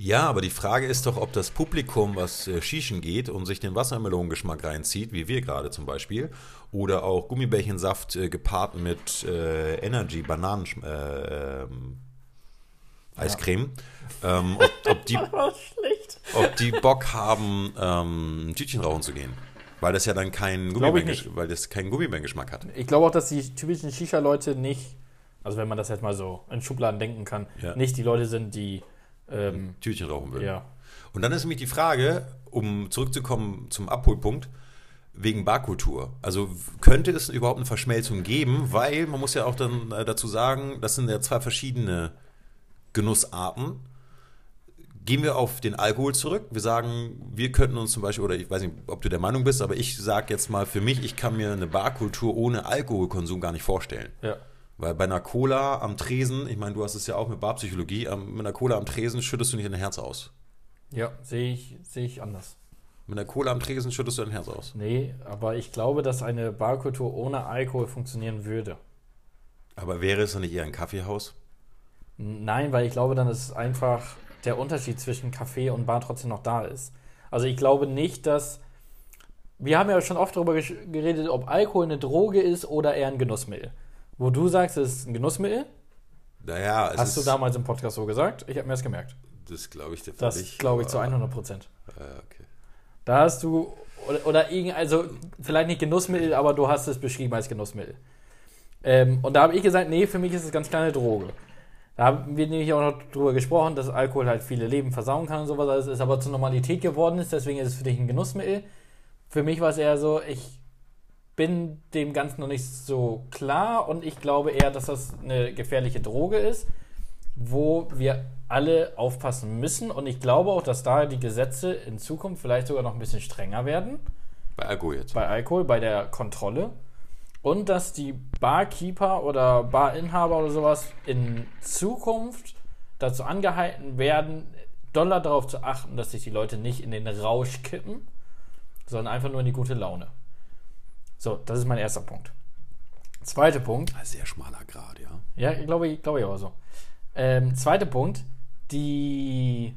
A: Ja, aber die Frage ist doch, ob das Publikum, was äh, Shishen geht und sich den Wassermelonengeschmack reinzieht, wie wir gerade zum Beispiel, oder auch Gummibärchensaft äh, gepaart mit äh, Energy, Bananen, äh, ähm, Eiscreme, ähm, ob, ob, die,
B: Oh, schlecht.
A: ob die Bock haben, ähm, ein Tütchen rauchen zu gehen. Weil das ja dann keinen
B: Glaube ich
A: Gummibärchengeschmack, weil das keinen Gummibärchengeschmack hat.
B: Ich glaube auch, dass die typischen Shisha-Leute nicht, also wenn man das jetzt mal so in Schubladen denken kann,
A: Ja. Mhm.
B: nicht die Leute sind, die, ähm,
A: Tütchen rauchen würden.
B: ja.
A: Und dann ist nämlich die Frage, um zurückzukommen zum Abholpunkt, wegen Barkultur. Also w- könnte es überhaupt eine Verschmelzung geben, weil man muss ja auch dann äh, dazu sagen, das sind ja zwei verschiedene Genussarten. Gehen wir auf den Alkohol zurück. Wir sagen, wir könnten uns zum Beispiel, oder ich weiß nicht, ob du der Meinung bist, aber ich sage jetzt mal für mich, ich kann mir eine Barkultur ohne Alkoholkonsum gar nicht vorstellen.
B: ja.
A: Weil bei einer Cola am Tresen, ich meine, du hast es ja auch mit Barpsychologie, am- mit einer Cola am Tresen schüttest du nicht dein Herz aus.
B: Ja, sehe ich, sehe ich anders.
A: Mit einer Cola am Tresen schüttest du dein Herz aus.
B: Nee, aber ich glaube, dass eine Barkultur ohne Alkohol funktionieren würde.
A: Aber wäre es dann nicht eher ein Kaffeehaus?
B: Nein, weil ich glaube, dann ist einfach der Unterschied zwischen Kaffee und Bar trotzdem noch da ist. Also ich glaube nicht, dass. Wir haben ja schon oft darüber gesch- geredet, ob Alkohol eine Droge ist oder eher ein Genussmittel. Wo du sagst, es ist ein Genussmittel,
A: Naja, es
B: hast du
A: ist,
B: damals im Podcast so gesagt. Ich habe mir das gemerkt.
A: das glaube ich dir für
B: Das
A: dich,
B: glaube ich zu
A: aber-
B: 100 Prozent.
A: Äh, okay.
B: Da hast du, oder, oder irgend, also vielleicht nicht Genussmittel, aber du hast es beschrieben als Genussmittel. Ähm, und da habe ich gesagt, nee, für mich ist es ganz kleine Droge. Da haben wir nämlich auch noch drüber gesprochen, dass Alkohol halt viele Leben versauen kann und sowas, alles ist aber zur Normalität geworden ist, deswegen ist es für dich ein Genussmittel. Für mich war es eher so, ich bin dem Ganzen noch nicht so klar und ich glaube eher, dass das eine gefährliche Droge ist, wo wir alle aufpassen müssen und ich glaube auch, dass da die Gesetze in Zukunft vielleicht sogar noch ein bisschen strenger werden
A: Bei Alkohol jetzt.
B: bei Alkohol, bei der Kontrolle. Und dass die Barkeeper oder Barinhaber oder sowas in Zukunft dazu angehalten werden, doller darauf zu achten, dass sich die Leute nicht in den Rausch kippen, sondern einfach nur in die gute Laune. So, das ist mein erster Punkt. Zweiter Punkt.
A: Ein sehr schmaler Grad, ja.
B: Ja, glaube ich, glaube ich auch so. Ähm, zweiter Punkt, die.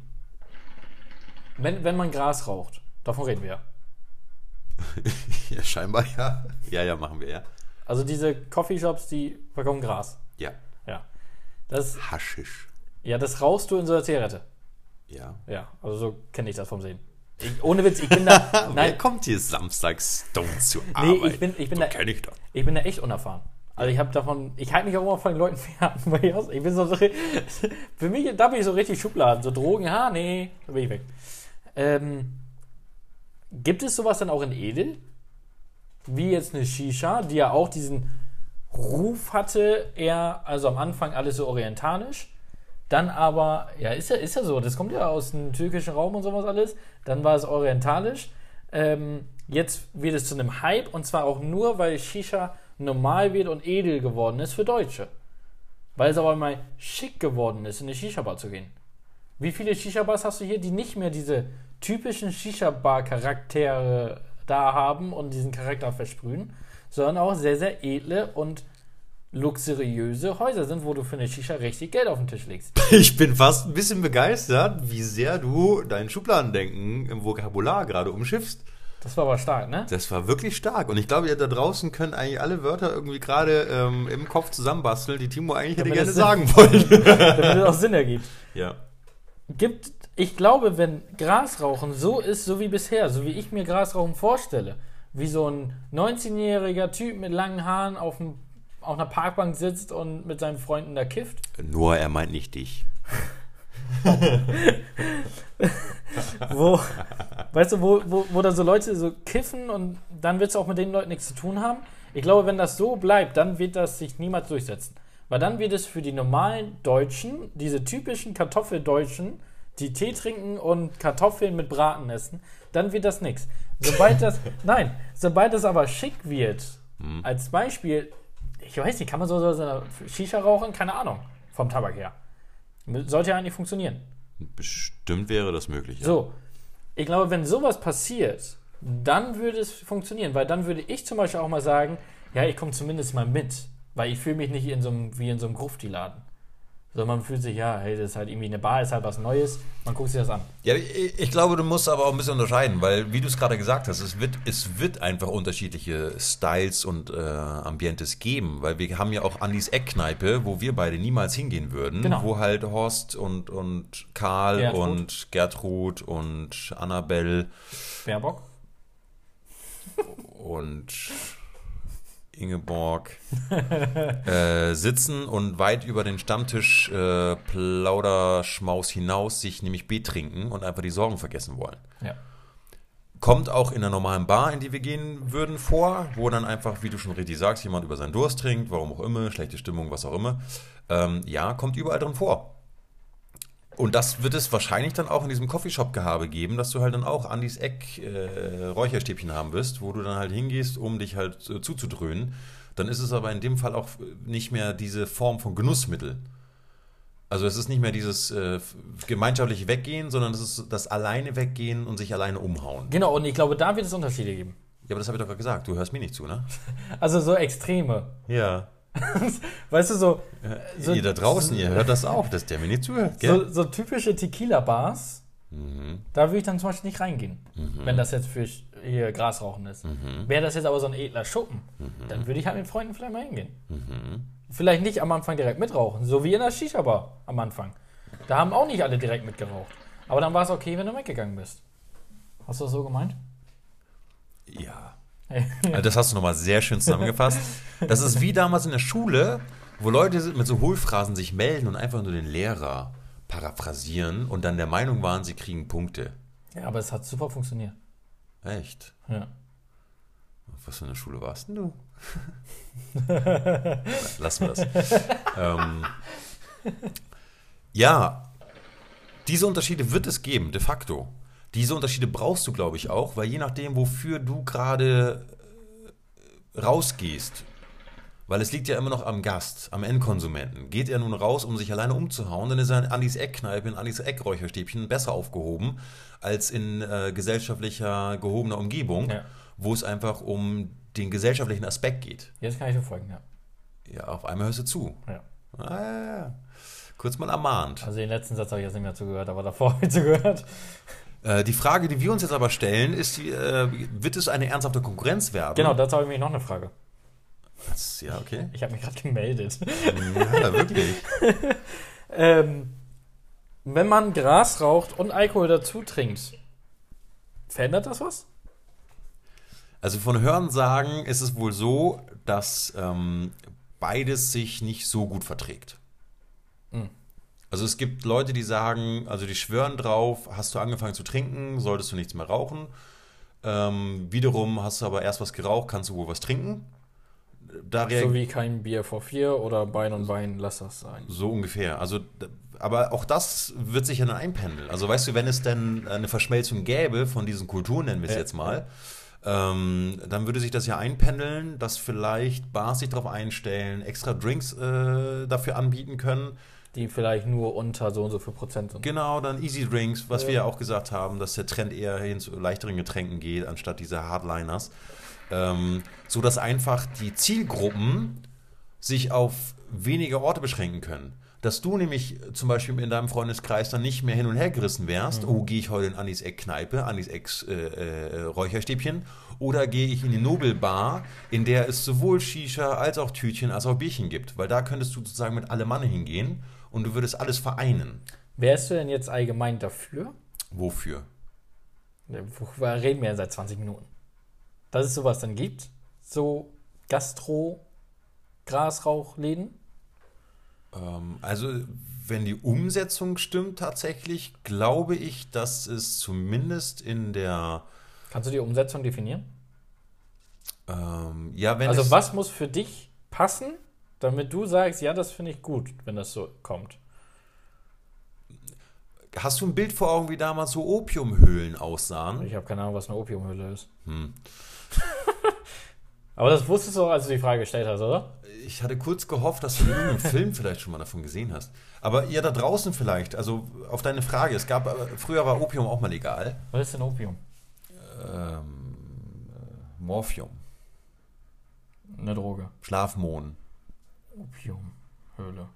B: Wenn, wenn man Gras raucht, davon reden wir ja.
A: ja, scheinbar ja. Ja, ja, machen wir, ja.
B: Also diese Coffeeshops, die verkaufen Gras.
A: Ja,
B: Ja. Das,
A: Haschisch.
B: ja, das rauchst du in so einer Zigarette.
A: Ja.
B: Ja, also so kenne ich das vom Sehen. Ich, ohne Witz, ich bin da.
A: Wer
B: nein,
A: kommt hier samstags Stone zur Arbeit?
B: ich bin- ich bin
A: so
B: da-
A: kenn ich das.
B: ich bin da echt unerfahren. Also ich habe davon, ich halte mich auch immer von den Leuten fern. weil ich aus- Ich bin so, so für mich, da bin ich so richtig Schubladen, so Drogen, ha, nee, da bin ich weg. Ähm, gibt es sowas dann auch in Edel? Wie jetzt eine Shisha, die ja auch diesen Ruf hatte, eher, also am Anfang alles so orientalisch. Dann aber, ja, ist ja, ist ja so, das kommt ja aus dem türkischen Raum und sowas alles. Dann war es orientalisch. Ähm, jetzt wird es zu einem Hype und zwar auch nur, weil Shisha normal wird und edel geworden ist für Deutsche. Weil es aber mal schick geworden ist, in eine Shisha-Bar zu gehen. Wie viele Shisha-Bars hast du hier, die nicht mehr diese typischen Shisha-Bar-Charaktere da haben und diesen Charakter versprühen, sondern auch sehr, sehr edle und luxuriöse Häuser sind, wo du für eine Shisha richtig Geld auf den Tisch legst.
A: Ich bin fast ein bisschen begeistert, wie sehr du dein Schubladendenken im Vokabular gerade umschiffst.
B: Das war aber stark, ne?
A: Das war wirklich stark. Und ich glaube, ihr da draußen können eigentlich alle Wörter irgendwie gerade ähm, im Kopf zusammenbasteln, die Timo eigentlich hätte
B: Damit
A: gerne
B: es
A: sagen wollen.
B: Damit es auch Sinn ergibt.
A: ja.
B: Gibt, ich glaube, wenn Grasrauchen so ist, so wie bisher, so wie ich mir Grasrauchen vorstelle, wie so ein 19-jähriger Typ mit langen Haaren auf, dem, auf einer Parkbank sitzt und mit seinen Freunden da kifft,
A: Nur er meint nicht dich.
B: wo, weißt du, wo, wo, wo da so Leute so kiffen und dann willst du auch mit den Leuten nichts zu tun haben. Ich glaube, wenn das so bleibt, dann wird das sich niemals durchsetzen. Weil dann wird es für die normalen Deutschen, diese typischen Kartoffeldeutschen, die Tee trinken und Kartoffeln mit Braten essen, dann wird das nichts. Sobald das, nein, sobald das aber schick wird, als Beispiel, ich weiß nicht, kann man so, so so eine Shisha rauchen? Keine Ahnung, vom Tabak her. Sollte ja eigentlich funktionieren.
A: Bestimmt wäre das möglich. Ja.
B: So, ich glaube, wenn sowas passiert, dann würde es funktionieren, weil dann würde ich zum Beispiel auch mal sagen, ja, ich komme zumindest mal mit, weil ich fühle mich nicht in so einem, wie in so einem Grufti-Laden. Sondern man fühlt sich, ja, hey, das ist halt irgendwie eine Bar, ist halt was Neues, man guckt sich das an.
A: Ja, ich, ich glaube, du musst aber auch ein bisschen unterscheiden, weil, wie du es gerade gesagt hast, es wird, es wird einfach unterschiedliche Styles und äh, Ambientes geben, weil wir haben ja auch Andys Eckkneipe, wo wir beide niemals hingehen würden,
B: Genau.
A: wo halt Horst und, und Karl
B: Gertrud.
A: und Gertrud und Annabelle
B: Baerbock?
A: und Ingeborg äh, sitzen und weit über den Stammtisch äh, Plauderschmaus hinaus sich nämlich Bier trinken und einfach die Sorgen vergessen wollen.
B: Ja.
A: Kommt auch in der normalen Bar, in die wir gehen würden, vor, wo dann einfach, wie du schon richtig sagst, jemand über seinen Durst trinkt, warum auch immer, schlechte Stimmung, was auch immer. Ähm, ja, kommt überall drin vor. Und das wird es wahrscheinlich dann auch in diesem Coffeeshop-Gehabe geben, dass du halt dann auch Andis Eck äh, Räucherstäbchen haben wirst, wo du dann halt hingehst, um dich halt äh, zuzudröhnen. Dann ist es aber in dem Fall auch äh, nicht mehr diese Form von Genussmittel. Also es ist nicht mehr dieses äh, gemeinschaftliche Weggehen, sondern es ist das alleine Weggehen und sich alleine umhauen.
B: Genau, und ich glaube, da wird es Unterschiede geben.
A: Ja, aber das habe ich doch gerade gesagt. Du hörst mir nicht zu, ne?
B: Also so Extreme.
A: Ja.
B: Weißt du, so, so,
A: ihr da draußen, ihr hört das auch, dass der mir nicht zuhört, gell?
B: so, so typische Tequila-Bars, da würde ich dann zum Beispiel nicht reingehen, wenn das jetzt für hier Grasrauchen ist. Wäre das jetzt aber so ein edler Schuppen, dann würde ich halt mit Freunden vielleicht mal hingehen. Mhm. Vielleicht nicht am Anfang direkt mitrauchen, so wie in der Shisha-Bar am Anfang. Da haben auch nicht alle direkt mitgeraucht. Aber dann war es okay, wenn du weggegangen bist. Hast du das so gemeint?
A: Ja. Also das hast du nochmal sehr schön zusammengefasst. Das ist wie damals in der Schule, wo Leute mit so Hohlphrasen sich melden und einfach nur den Lehrer paraphrasieren und dann der Meinung waren, sie kriegen Punkte.
B: ja, aber es hat super funktioniert.
A: Echt?
B: Ja.
A: Auf Was für eine Schule warst denn du? Lassen wir das. ähm, ja, diese Unterschiede wird es geben, de facto. Diese Unterschiede brauchst du, glaube ich, auch, weil je nachdem, wofür du gerade äh, rausgehst, weil es liegt ja immer noch am Gast, am Endkonsumenten. Geht er nun raus, um sich alleine umzuhauen, dann ist er in Andis Eckkneipe, in Andis Eckräucherstäbchen besser aufgehoben als in äh, gesellschaftlicher, gehobener Umgebung,
B: Ja.
A: wo es einfach um den gesellschaftlichen Aspekt geht.
B: Jetzt kann ich dir folgen, ja.
A: Ja, auf einmal hörst du zu.
B: ja.
A: Ah, ja, ja. Kurz mal ermahnt.
B: Also den letzten Satz habe ich jetzt nicht mehr zugehört, aber davor habe ich zugehört.
A: Äh, die Frage, die wir uns jetzt aber stellen, ist, die, äh, wird es eine ernsthafte Konkurrenz werden?
B: Genau, dazu habe ich mich noch eine Frage.
A: Das, ja, okay.
B: Ich habe mich gerade gemeldet.
A: Ja, wirklich.
B: Ähm, wenn man Gras raucht und Alkohol dazu trinkt, verändert das was?
A: Also von Hörensagen ist es wohl so,
B: Hm.
A: dass ähm, beides sich nicht so gut verträgt. Also es gibt Leute, die sagen, also die schwören drauf, hast du angefangen zu trinken, solltest du nichts mehr rauchen. Ähm, wiederum hast du aber erst was geraucht, kannst du wohl was trinken. Da
B: So
A: reag-
B: wie kein Bier vor vier oder Bein und Bein, lass das sein.
A: so ungefähr. Also, d- aber auch das wird sich ja dann einpendeln. Also weißt du, wenn es denn eine Verschmelzung gäbe von diesen Kulturen, nennen wir es
B: Ja.
A: jetzt mal, ähm, dann würde sich das ja einpendeln, dass vielleicht Bars sich darauf einstellen, extra Drinks äh, dafür anbieten können.
B: Die vielleicht nur unter so und so viel Prozent sind.
A: Genau, dann Easy Drinks, was
B: Ja.
A: wir ja auch gesagt haben, dass der Trend eher hin zu leichteren Getränken geht, anstatt dieser Hardliners. Ähm, so dass einfach die Zielgruppen sich auf weniger Orte beschränken können. Dass du nämlich zum Beispiel in deinem Freundeskreis dann nicht mehr hin und her gerissen wärst, oh, gehe ich heute in Anis Eck Kneipe, Anis Eck äh, äh, Räucherstäbchen, oder gehe ich in die Nobelbar, in der es sowohl Shisha als auch Tütchen als auch Bierchen gibt. Weil da könntest du sozusagen mit allem Manne hingehen und du würdest alles vereinen.
B: Wärst du denn jetzt allgemein dafür?
A: Wofür?
B: Ja, Worüber reden wir ja seit 20 Minuten? Dass es sowas dann gibt? So Gastro-Grasrauchläden?
A: Ähm, also, wenn die Umsetzung stimmt tatsächlich, glaube ich, dass es zumindest in der,
B: Kannst du die Umsetzung definieren?
A: ähm, ja, wenn
B: also
A: es,
B: was muss für dich passen, damit du sagst, ja, das finde ich gut, wenn das so kommt?
A: hast du ein Bild vor Augen, wie damals so Opiumhöhlen aussahen?
B: Ich habe keine Ahnung, was eine Opiumhülle ist.
A: Hm.
B: Aber das wusstest du auch, als du die Frage gestellt hast, oder?
A: Ich hatte kurz gehofft, dass du in irgendeinem Film vielleicht schon mal davon gesehen hast. Aber ja, da draußen vielleicht, also auf deine Frage, es gab, äh, früher war Opium auch mal legal.
B: Was ist denn Opium?
A: Ähm, äh, Morphium,
B: Eine Droge.
A: Schlafmohn.
B: Opiumhöhle.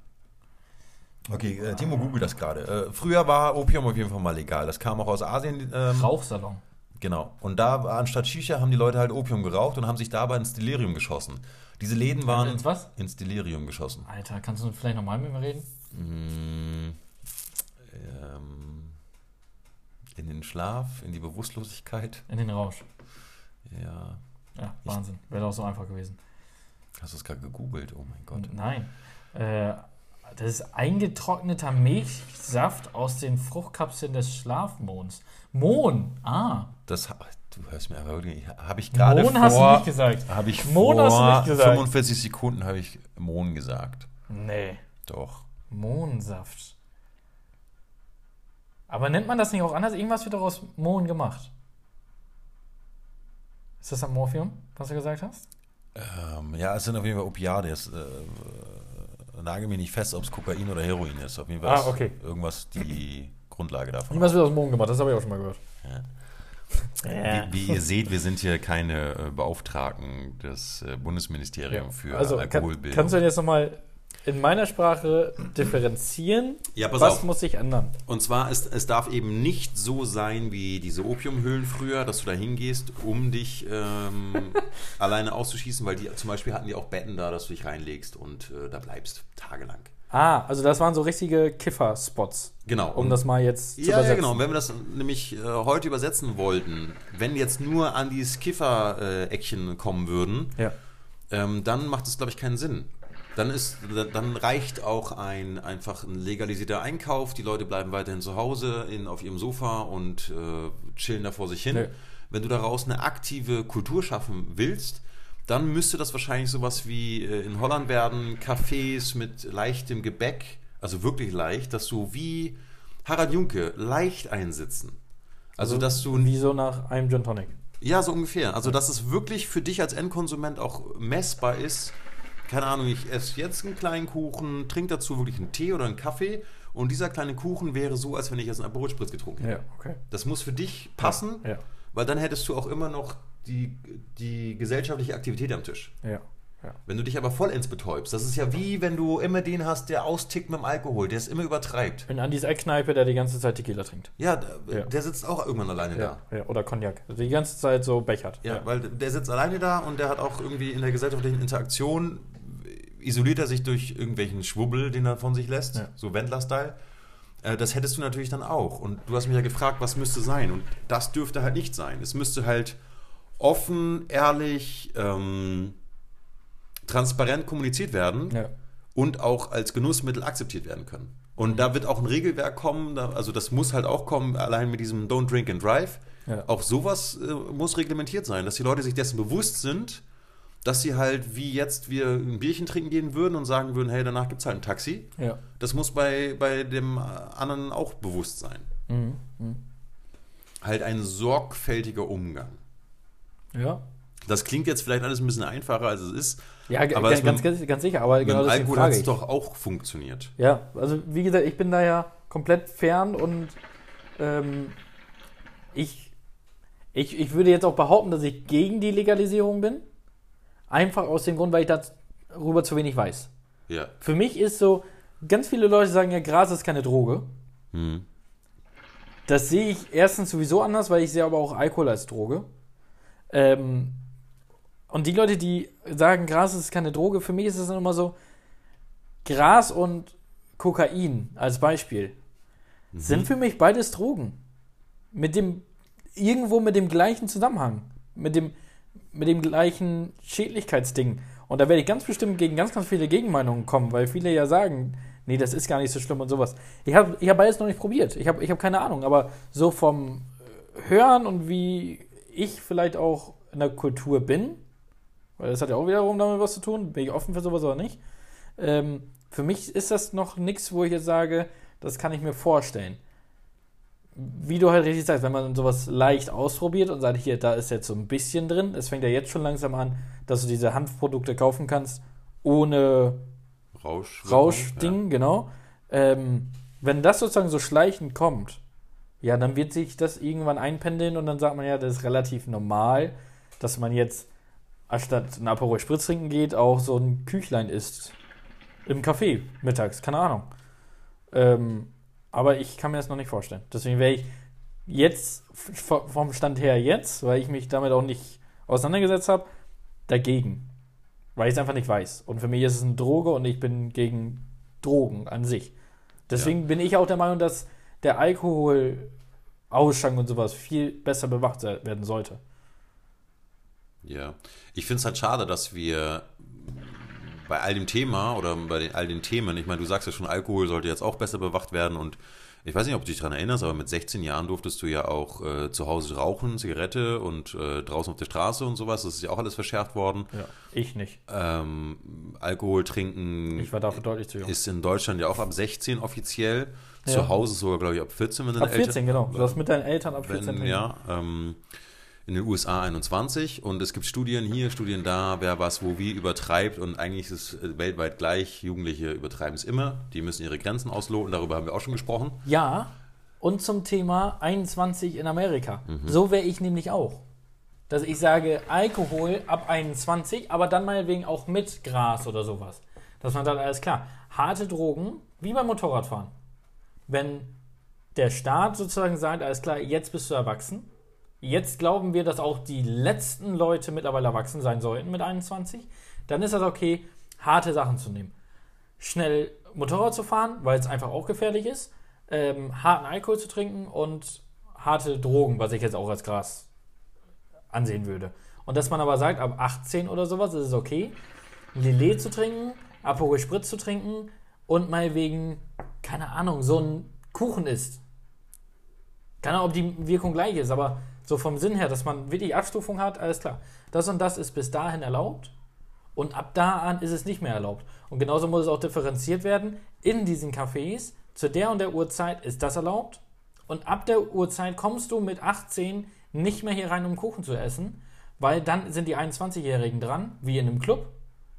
A: Okay, äh, Timo googelt das gerade. Äh, früher war Opium auf jeden Fall mal legal. Das kam auch aus Asien. Ähm,
B: Rauchsalon.
A: Genau. Und da war- anstatt Shisha haben die Leute halt Opium geraucht und haben sich dabei ins Delirium geschossen. Diese Läden waren
B: Ins was?
A: ins Delirium geschossen.
B: Alter, kannst du vielleicht nochmal mit mir reden?
A: Mm, ähm, in den Schlaf, in die Bewusstlosigkeit.
B: In den Rausch.
A: Ja.
B: Ja, Wahnsinn. Wäre doch so einfach gewesen.
A: Hast du es gerade gegoogelt? Oh mein Gott.
B: Nein. Äh, das ist eingetrockneter Milchsaft aus den Fruchtkapseln des Schlafmohns. Mohn. Ah.
A: Das, ha- du hörst mir aber wirklich. Habe ich gerade
B: Mohn hast du
A: vor.
B: nicht gesagt.
A: Habe ich
B: Mohn
A: vor
B: hast du nicht gesagt.
A: 45 Sekunden habe ich Mohn gesagt.
B: Nee.
A: Doch.
B: Mohnsaft. Aber nennt man das nicht auch anders? Irgendwas wird doch aus Mohn gemacht. Ist das am Morphium, was du gesagt hast?
A: Ähm, ja, es sind auf jeden Fall Opiate. Es, äh, äh, nagel mich nicht fest, ob es Kokain oder Heroin ist. Auf jeden Fall
B: Ah,
A: ist
B: okay.
A: irgendwas die Grundlage davon.
B: Irgendwas wird aus Mohn gemacht, das habe ich auch schon mal gehört.
A: Wie, wie ihr seht, wir sind hier keine äh, Beauftragten des äh, Bundesministeriums für
B: also, kann,
A: Alkoholbildung.
B: kannst du jetzt nochmal in meiner Sprache differenzieren?
A: Ja, pass
B: was
A: auf.
B: muss sich ändern?
A: Und zwar, ist, es darf eben nicht so sein wie diese Opiumhöhlen früher, dass du da hingehst, um dich ähm, alleine auszuschießen, weil die zum Beispiel hatten die auch Betten da, dass du dich reinlegst und äh, da bleibst tagelang.
B: Ah, also das waren so richtige Kiffer-Spots,
A: Genau.
B: um das mal jetzt zu
A: Ja,
B: übersetzen.
A: ja, genau. Und wenn wir das nämlich äh, heute übersetzen wollten, wenn jetzt nur an dieses Kiffer-Eckchen kommen würden,
B: Ja.
A: ähm, dann macht es, glaube ich, keinen Sinn. Dann, ist, dann reicht auch ein einfach ein legalisierter Einkauf. Die Leute bleiben weiterhin zu Hause in, auf ihrem Sofa und äh, chillen da vor sich hin.
B: Ja.
A: Wenn du daraus eine aktive Kultur schaffen willst, dann müsste das wahrscheinlich sowas wie äh, in Holland werden, Cafés mit leichtem Gebäck, also wirklich leicht, dass du wie Harald Junke leicht einsitzen. Also, dass du
B: Wie so nach einem Gin Tonic.
A: ja, so ungefähr. Also, dass es wirklich für dich als Endkonsument auch messbar ist. Keine Ahnung, ich esse jetzt einen kleinen Kuchen, trinke dazu wirklich einen Tee oder einen Kaffee und dieser kleine Kuchen wäre so, als wenn ich jetzt einen Aperol Spritz getrunken hätte.
B: Ja, okay.
A: Das muss für dich passen,
B: Ja,
A: weil dann hättest du auch immer noch die, die gesellschaftliche Aktivität am Tisch.
B: ja, ja.
A: Wenn du dich aber vollends betäubst, das ist ja wie wenn du immer den hast, der austickt mit dem Alkohol, der es immer übertreibt.
B: In Andys Eckkneipe, der die ganze Zeit Tequila trinkt.
A: Ja, d-
B: Ja.
A: der sitzt auch irgendwann alleine da.
B: ja. Oder Cognac. Also Die ganze Zeit so bechert.
A: Ja, weil der sitzt alleine da und der hat auch irgendwie in der gesellschaftlichen Interaktion äh, isoliert er sich durch irgendwelchen Schwubbel, den er von sich lässt,
B: Ja.
A: so Wendler-Style. Äh, Das hättest du natürlich dann auch. Und du hast mich ja gefragt, was müsste sein? Und das dürfte halt nicht sein. Es müsste halt offen, ehrlich, ähm, transparent kommuniziert werden
B: Ja.
A: und auch als Genussmittel akzeptiert werden können. Und da wird auch ein Regelwerk kommen, da- also das muss halt auch kommen, allein mit diesem Don't Drink and Drive.
C: Ja.
A: Auch sowas äh, muss reglementiert sein, dass die Leute sich dessen bewusst sind, dass sie halt wie jetzt wir ein Bierchen trinken gehen würden und sagen würden, hey, danach gibt es halt ein Taxi.
C: Ja.
A: Das muss bei, bei dem äh, anderen auch bewusst sein.
C: Mhm.
A: Halt ein sorgfältiger Umgang.
C: Ja.
A: Das klingt jetzt vielleicht alles ein bisschen einfacher, als es ist.
C: Ja, g-
A: Aber
C: g-
A: das
C: ganz,
A: mit-
B: Ganz, ganz sicher, aber
A: Mit
B: genau
A: dem
B: deswegen
A: Alkohol hat
B: frage
A: es
B: ich.
A: doch auch funktioniert.
B: Ja, also wie gesagt, ich bin da ja komplett fern und ähm, ich, ich, ich würde jetzt auch behaupten, dass ich gegen die Legalisierung bin. Einfach aus dem Grund, weil ich darüber zu wenig weiß.
A: Ja.
B: Für mich ist so, ganz viele Leute sagen ja, Gras ist keine Droge.
A: Hm.
B: Das sehe ich erstens sowieso anders, weil ich sehe aber auch Alkohol als Droge. Ähm, und die Leute, die sagen, Gras ist keine Droge, für mich ist es dann immer so, Gras und Kokain als Beispiel sind für mich beides Drogen. Mit dem, irgendwo mit dem gleichen Zusammenhang. Mit dem, mit dem gleichen Schädlichkeitsding. Und da werde ich ganz bestimmt gegen ganz, ganz viele Gegenmeinungen kommen, weil viele ja sagen, nee, das ist gar nicht so schlimm und sowas. Ich habe ich hab beides noch nicht probiert. Ich habe ich hab keine Ahnung. Aber so vom äh, Hören und wie ich vielleicht auch in der Kultur bin, weil das hat ja auch wiederum damit was zu tun, bin ich offen für sowas oder nicht. Ähm, für mich ist das noch nichts, wo ich jetzt sage, das kann ich mir vorstellen. Wie du halt richtig sagst, wenn man sowas leicht ausprobiert und sagt, hier, da ist jetzt so ein bisschen drin, es fängt ja jetzt schon langsam an, dass du diese Hanfprodukte kaufen kannst, ohne
A: Rausch.
B: Rauschding, genau. Ähm, wenn das sozusagen so schleichend kommt, ja, dann wird sich das irgendwann einpendeln und dann sagt man ja, das ist relativ normal, dass man jetzt anstatt ein Aperol Spritz trinken geht, auch so ein Küchlein isst. Im Café mittags, keine Ahnung. Ähm, aber ich kann mir das noch nicht vorstellen. Deswegen wäre ich jetzt v- vom Stand her jetzt, weil ich mich damit auch nicht auseinandergesetzt habe, dagegen. Weil ich es einfach nicht weiß. Und für mich ist es eine Droge und ich bin gegen Drogen an sich. Deswegen bin ich auch der Meinung, dass der Alkoholausschank und sowas viel besser bewacht se- werden sollte.
A: Ja, ich finde es halt schade, dass wir bei all dem Thema oder bei den, all den Themen, ich meine, du sagst ja schon, Alkohol sollte jetzt auch besser bewacht werden und ich weiß nicht, ob du dich daran erinnerst, aber mit 16 Jahren durftest du ja auch äh, zu Hause rauchen, Zigarette und äh, draußen auf der Straße und sowas, das ist ja auch alles verschärft worden.
B: Ich nicht.
A: Ähm, Alkohol trinken
B: Ich war dafür deutlich zu jung.
A: ist in Deutschland ja auch ab 16 offiziell,
B: Ja.
A: zu Hause sogar, glaube ich, ab 14, wenn du
B: Ab
A: Eltern-
B: 14, genau. Du hast mit deinen Eltern ab 14
A: wenn,
B: trinken.
A: ja, ähm, in den USA 21 und es gibt Studien hier, Studien da, wer was wo wie übertreibt und eigentlich ist es äh, weltweit gleich. Jugendliche übertreiben es immer, die müssen ihre Grenzen ausloten, darüber haben wir auch schon gesprochen.
B: Ja, und zum Thema 21 in Amerika. So wäre ich nämlich auch. Dass ich sage, Alkohol ab 21, aber dann meinetwegen auch mit Gras oder sowas. Dass man dann alles klar. Harte Drogen, wie beim Motorradfahren. Wenn der Staat sozusagen sagt, alles klar, jetzt bist du erwachsen. Jetzt glauben wir, dass auch die letzten Leute mittlerweile erwachsen sein sollten mit 21. Dann ist das okay, harte Sachen zu nehmen. Schnell Motorrad zu fahren, weil es einfach auch gefährlich ist ähm, harten Alkohol zu trinken und harte Drogen, was ich jetzt auch als Gras ansehen würde. Und dass man aber sagt, ab 18 oder sowas ist es okay, Lillet zu trinken, Aperol Spritz zu trinken und mal wegen, keine Ahnung, so ein Kuchen isst. Keine Ahnung, ob die Wirkung gleich ist, aber so vom Sinn her, dass man wirklich Abstufung hat, alles klar. Das und das ist bis dahin erlaubt und ab da an ist es nicht mehr erlaubt. Und genauso muss es auch differenziert werden. In diesen Cafés, zu der und der Uhrzeit ist das erlaubt. Und ab der Uhrzeit kommst du mit 18 nicht mehr hier rein, um Kuchen zu essen, weil dann sind die 21-Jährigen dran, wie in einem Club.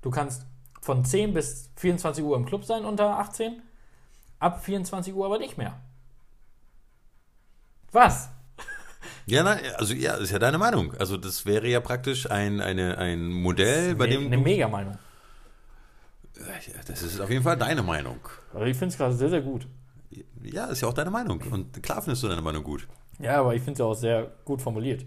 B: Du kannst von 10 bis 24 Uhr im Club sein unter 18, ab 24 Uhr aber nicht mehr. Was?
A: Ja, na, also ja, ist ja deine Meinung. Also das wäre ja praktisch ein, eine, ein Modell, bei dem
B: eine
A: du,
B: Mega-Meinung.
A: Ja, das ist auf jeden Fall deine Meinung.
B: Also ich finde es gerade sehr, sehr gut.
A: Ja, ist ja auch deine Meinung und klar findest du deine Meinung gut.
B: Ja, aber ich finde es auch sehr gut formuliert.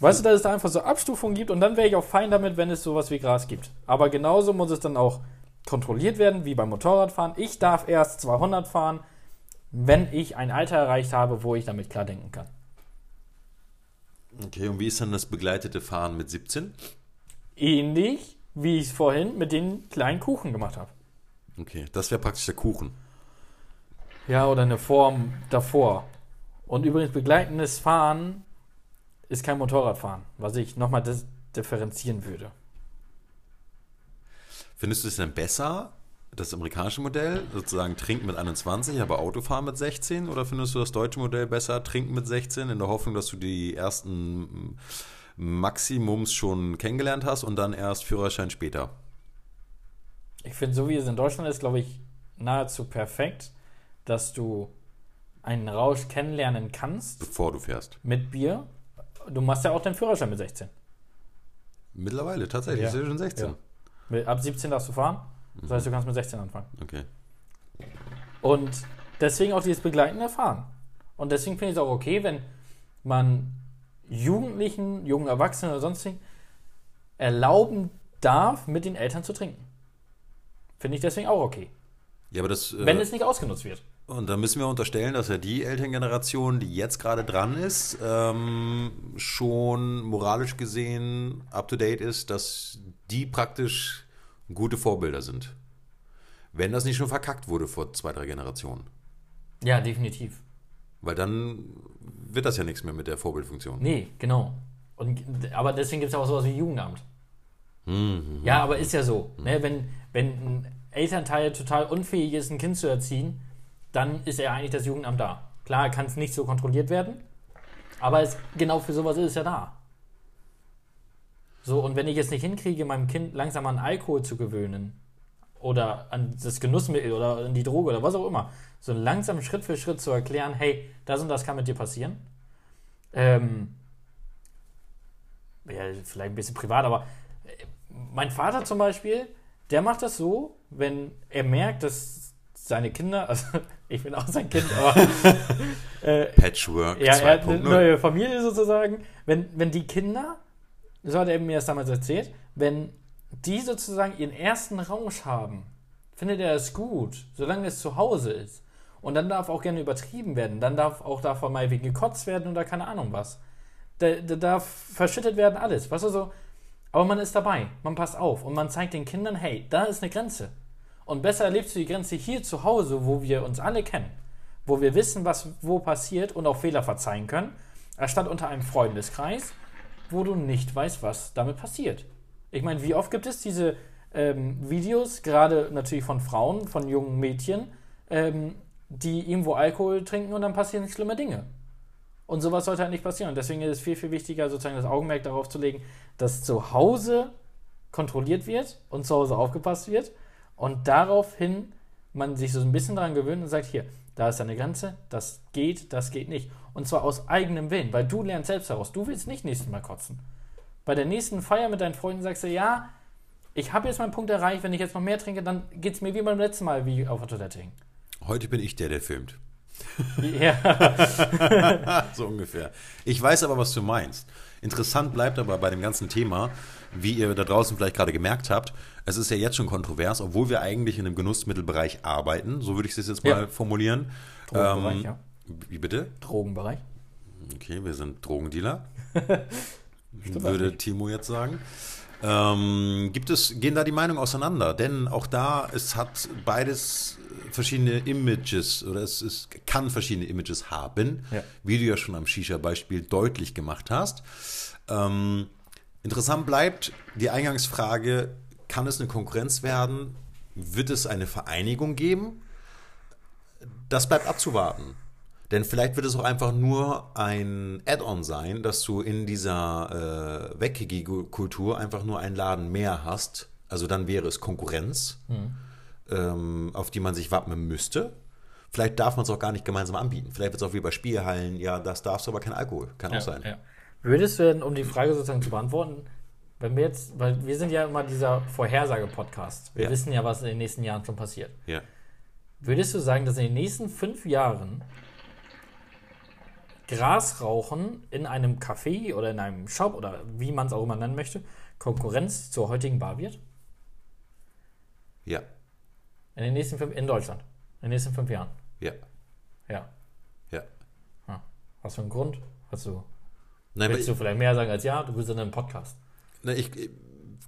B: Weißt du, dass es da einfach so Abstufungen gibt und dann wäre ich auch fein damit, wenn es sowas wie Gras gibt. Aber genauso muss es dann auch kontrolliert werden, wie beim Motorradfahren. Ich darf erst 200 fahren, wenn ich ein Alter erreicht habe, wo ich damit klar denken kann.
A: Okay, und wie ist dann das begleitete Fahren mit 17?
B: Ähnlich, wie ich es vorhin mit den kleinen Kuchen gemacht habe.
A: Okay, das wäre praktisch der Kuchen.
B: Ja, oder eine Form davor. Und übrigens begleitendes Fahren ist kein Motorradfahren, was ich nochmal dis- differenzieren würde.
A: Findest du es denn besser, das amerikanische Modell, sozusagen trinken mit 21, aber Autofahren mit 16? Oder findest du das deutsche Modell besser, trinken mit 16, in der Hoffnung, dass du die ersten Maximums schon kennengelernt hast und dann erst Führerschein später?
B: Ich finde, so wie es in Deutschland ist, glaube ich, nahezu perfekt, dass du einen Rausch kennenlernen kannst
A: Bevor du fährst.
B: mit Bier. Du machst ja auch den Führerschein mit 16.
A: Mittlerweile, tatsächlich,
B: Ja.
A: ist ja schon 16.
B: Ja. Mit, ab 17 darfst du fahren. Das heißt, du kannst mit 16 anfangen.
A: Okay.
B: Und deswegen auch dieses begleitende Fahren. Und deswegen finde ich es auch okay, wenn man Jugendlichen, jungen Erwachsenen oder sonstigen erlauben darf, mit den Eltern zu trinken. Finde ich deswegen auch okay.
A: Ja, aber das. äh,
B: Wenn es nicht ausgenutzt wird.
A: Und da müssen wir unterstellen, dass ja die Elterngeneration, die jetzt gerade dran ist, ähm, schon moralisch gesehen up to date ist, dass die praktisch gute Vorbilder sind. Wenn das nicht schon verkackt wurde vor zwei, drei Generationen.
B: Ja, definitiv.
A: Weil dann wird das ja nichts mehr mit der Vorbildfunktion.
B: Nee, genau. Und, aber deswegen gibt es ja auch sowas wie Jugendamt. Ja, aber ist ja so. Ne? Wenn, wenn ein Elternteil total unfähig ist, ein Kind zu erziehen, dann ist ja eigentlich das Jugendamt da. Klar, kann es nicht so kontrolliert werden, aber es, genau für sowas ist es ja da. So, und wenn ich es nicht hinkriege, meinem Kind langsam an Alkohol zu gewöhnen oder an das Genussmittel oder an die Droge oder was auch immer, so langsam Schritt für Schritt zu erklären, hey, das und das kann mit dir passieren, ähm, ja, vielleicht ein bisschen privat, aber äh, mein Vater zum Beispiel, der macht das so, wenn er merkt, dass seine Kinder, also ich bin auch sein Kind, aber äh,
A: Patchwork
B: ja, er hat
A: 2.0.
B: eine neue Familie sozusagen. Wenn, wenn die Kinder, so hat er mir das damals erzählt, wenn die sozusagen ihren ersten Rausch haben, findet er es gut, solange es zu Hause ist. Und dann darf auch gerne übertrieben werden. Dann darf auch davon mal wegen gekotzt werden oder keine Ahnung was. Da, da darf verschüttet werden alles. Weißt du so? Aber man ist dabei, man passt auf und man zeigt den Kindern, hey, da ist eine Grenze. Und besser erlebst du die Grenze hier zu Hause, wo wir uns alle kennen wo wir wissen, was wo passiert und auch Fehler verzeihen können, anstatt unter einem Freundeskreis, wo du nicht weißt, was damit passiert. Ich meine, wie oft gibt es diese ähm, Videos, gerade natürlich von Frauen, von jungen Mädchen, ähm, die irgendwo Alkohol trinken und dann passieren schlimme Dinge. Und sowas sollte halt nicht passieren. Und deswegen ist es viel, viel wichtiger, sozusagen das Augenmerk darauf zu legen, dass zu Hause kontrolliert wird und zu Hause aufgepasst wird und daraufhin man sich so ein bisschen daran gewöhnt und sagt, hier, da ist eine Grenze, das geht, das geht nicht. Und zwar aus eigenem Willen, weil du lernst selbst daraus. Du willst nicht nächstes Mal kotzen. Bei der nächsten Feier mit deinen Freunden sagst du, ja, ich habe jetzt meinen Punkt erreicht, wenn ich jetzt noch mehr trinke, dann geht es mir wie beim letzten Mal, wie auf der Toilette hing.
A: Heute bin ich der, der filmt.
B: Ja,
A: so ungefähr. Ich weiß aber, was du meinst. Interessant bleibt aber bei dem ganzen Thema, wie ihr da draußen vielleicht gerade gemerkt habt, es ist ja jetzt schon kontrovers, obwohl wir eigentlich in einem Genussmittelbereich arbeiten, so würde ich es jetzt mal
B: Ja.
A: formulieren. Ähm,
B: Drogenbereich, ja.
A: Wie bitte?
B: Drogenbereich.
A: Okay, wir sind Drogendealer. würde Timo jetzt sagen. Ähm, gibt es, gehen da die Meinungen auseinander? Denn auch da, es hat beides verschiedene Images oder es, es kann verschiedene Images haben,
B: Ja.
A: wie du ja schon am Shisha-Beispiel deutlich gemacht hast. Ähm, interessant bleibt die Eingangsfrage, kann es eine Konkurrenz werden? Wird es eine Vereinigung geben? Das bleibt abzuwarten. Denn vielleicht wird es auch einfach nur ein Add-on sein, dass du in dieser äh, Weggigi-Kultur einfach nur einen Laden mehr hast. Also dann wäre es Konkurrenz, ähm, auf die man sich wappnen müsste. Vielleicht darf man es auch gar nicht gemeinsam anbieten. Vielleicht wird es auch wie bei Spielhallen, ja, das darfst du, aber kein Alkohol. Kann auch sein.
B: Würdest du denn, um die Frage sozusagen zu beantworten, wenn wir jetzt, weil wir sind ja immer dieser Vorhersage-Podcast. Wir
A: Ja.
B: wissen ja, was in den nächsten Jahren schon passiert.
A: Ja.
B: Würdest du sagen, dass in den nächsten fünf Jahren Grasrauchen in einem Café oder in einem Shop oder wie man es auch immer nennen möchte, Konkurrenz zur heutigen Bar wird?
A: Ja.
B: In den nächsten fünf, in Deutschland. In den nächsten fünf Jahren.
A: Ja.
B: Ja.
A: Ja.
B: Hast du einen Grund? Hast du,
A: Nein, aber
B: willst du vielleicht mehr sagen als ja? Du bist in einem Podcast.
A: Na, Ne, ich,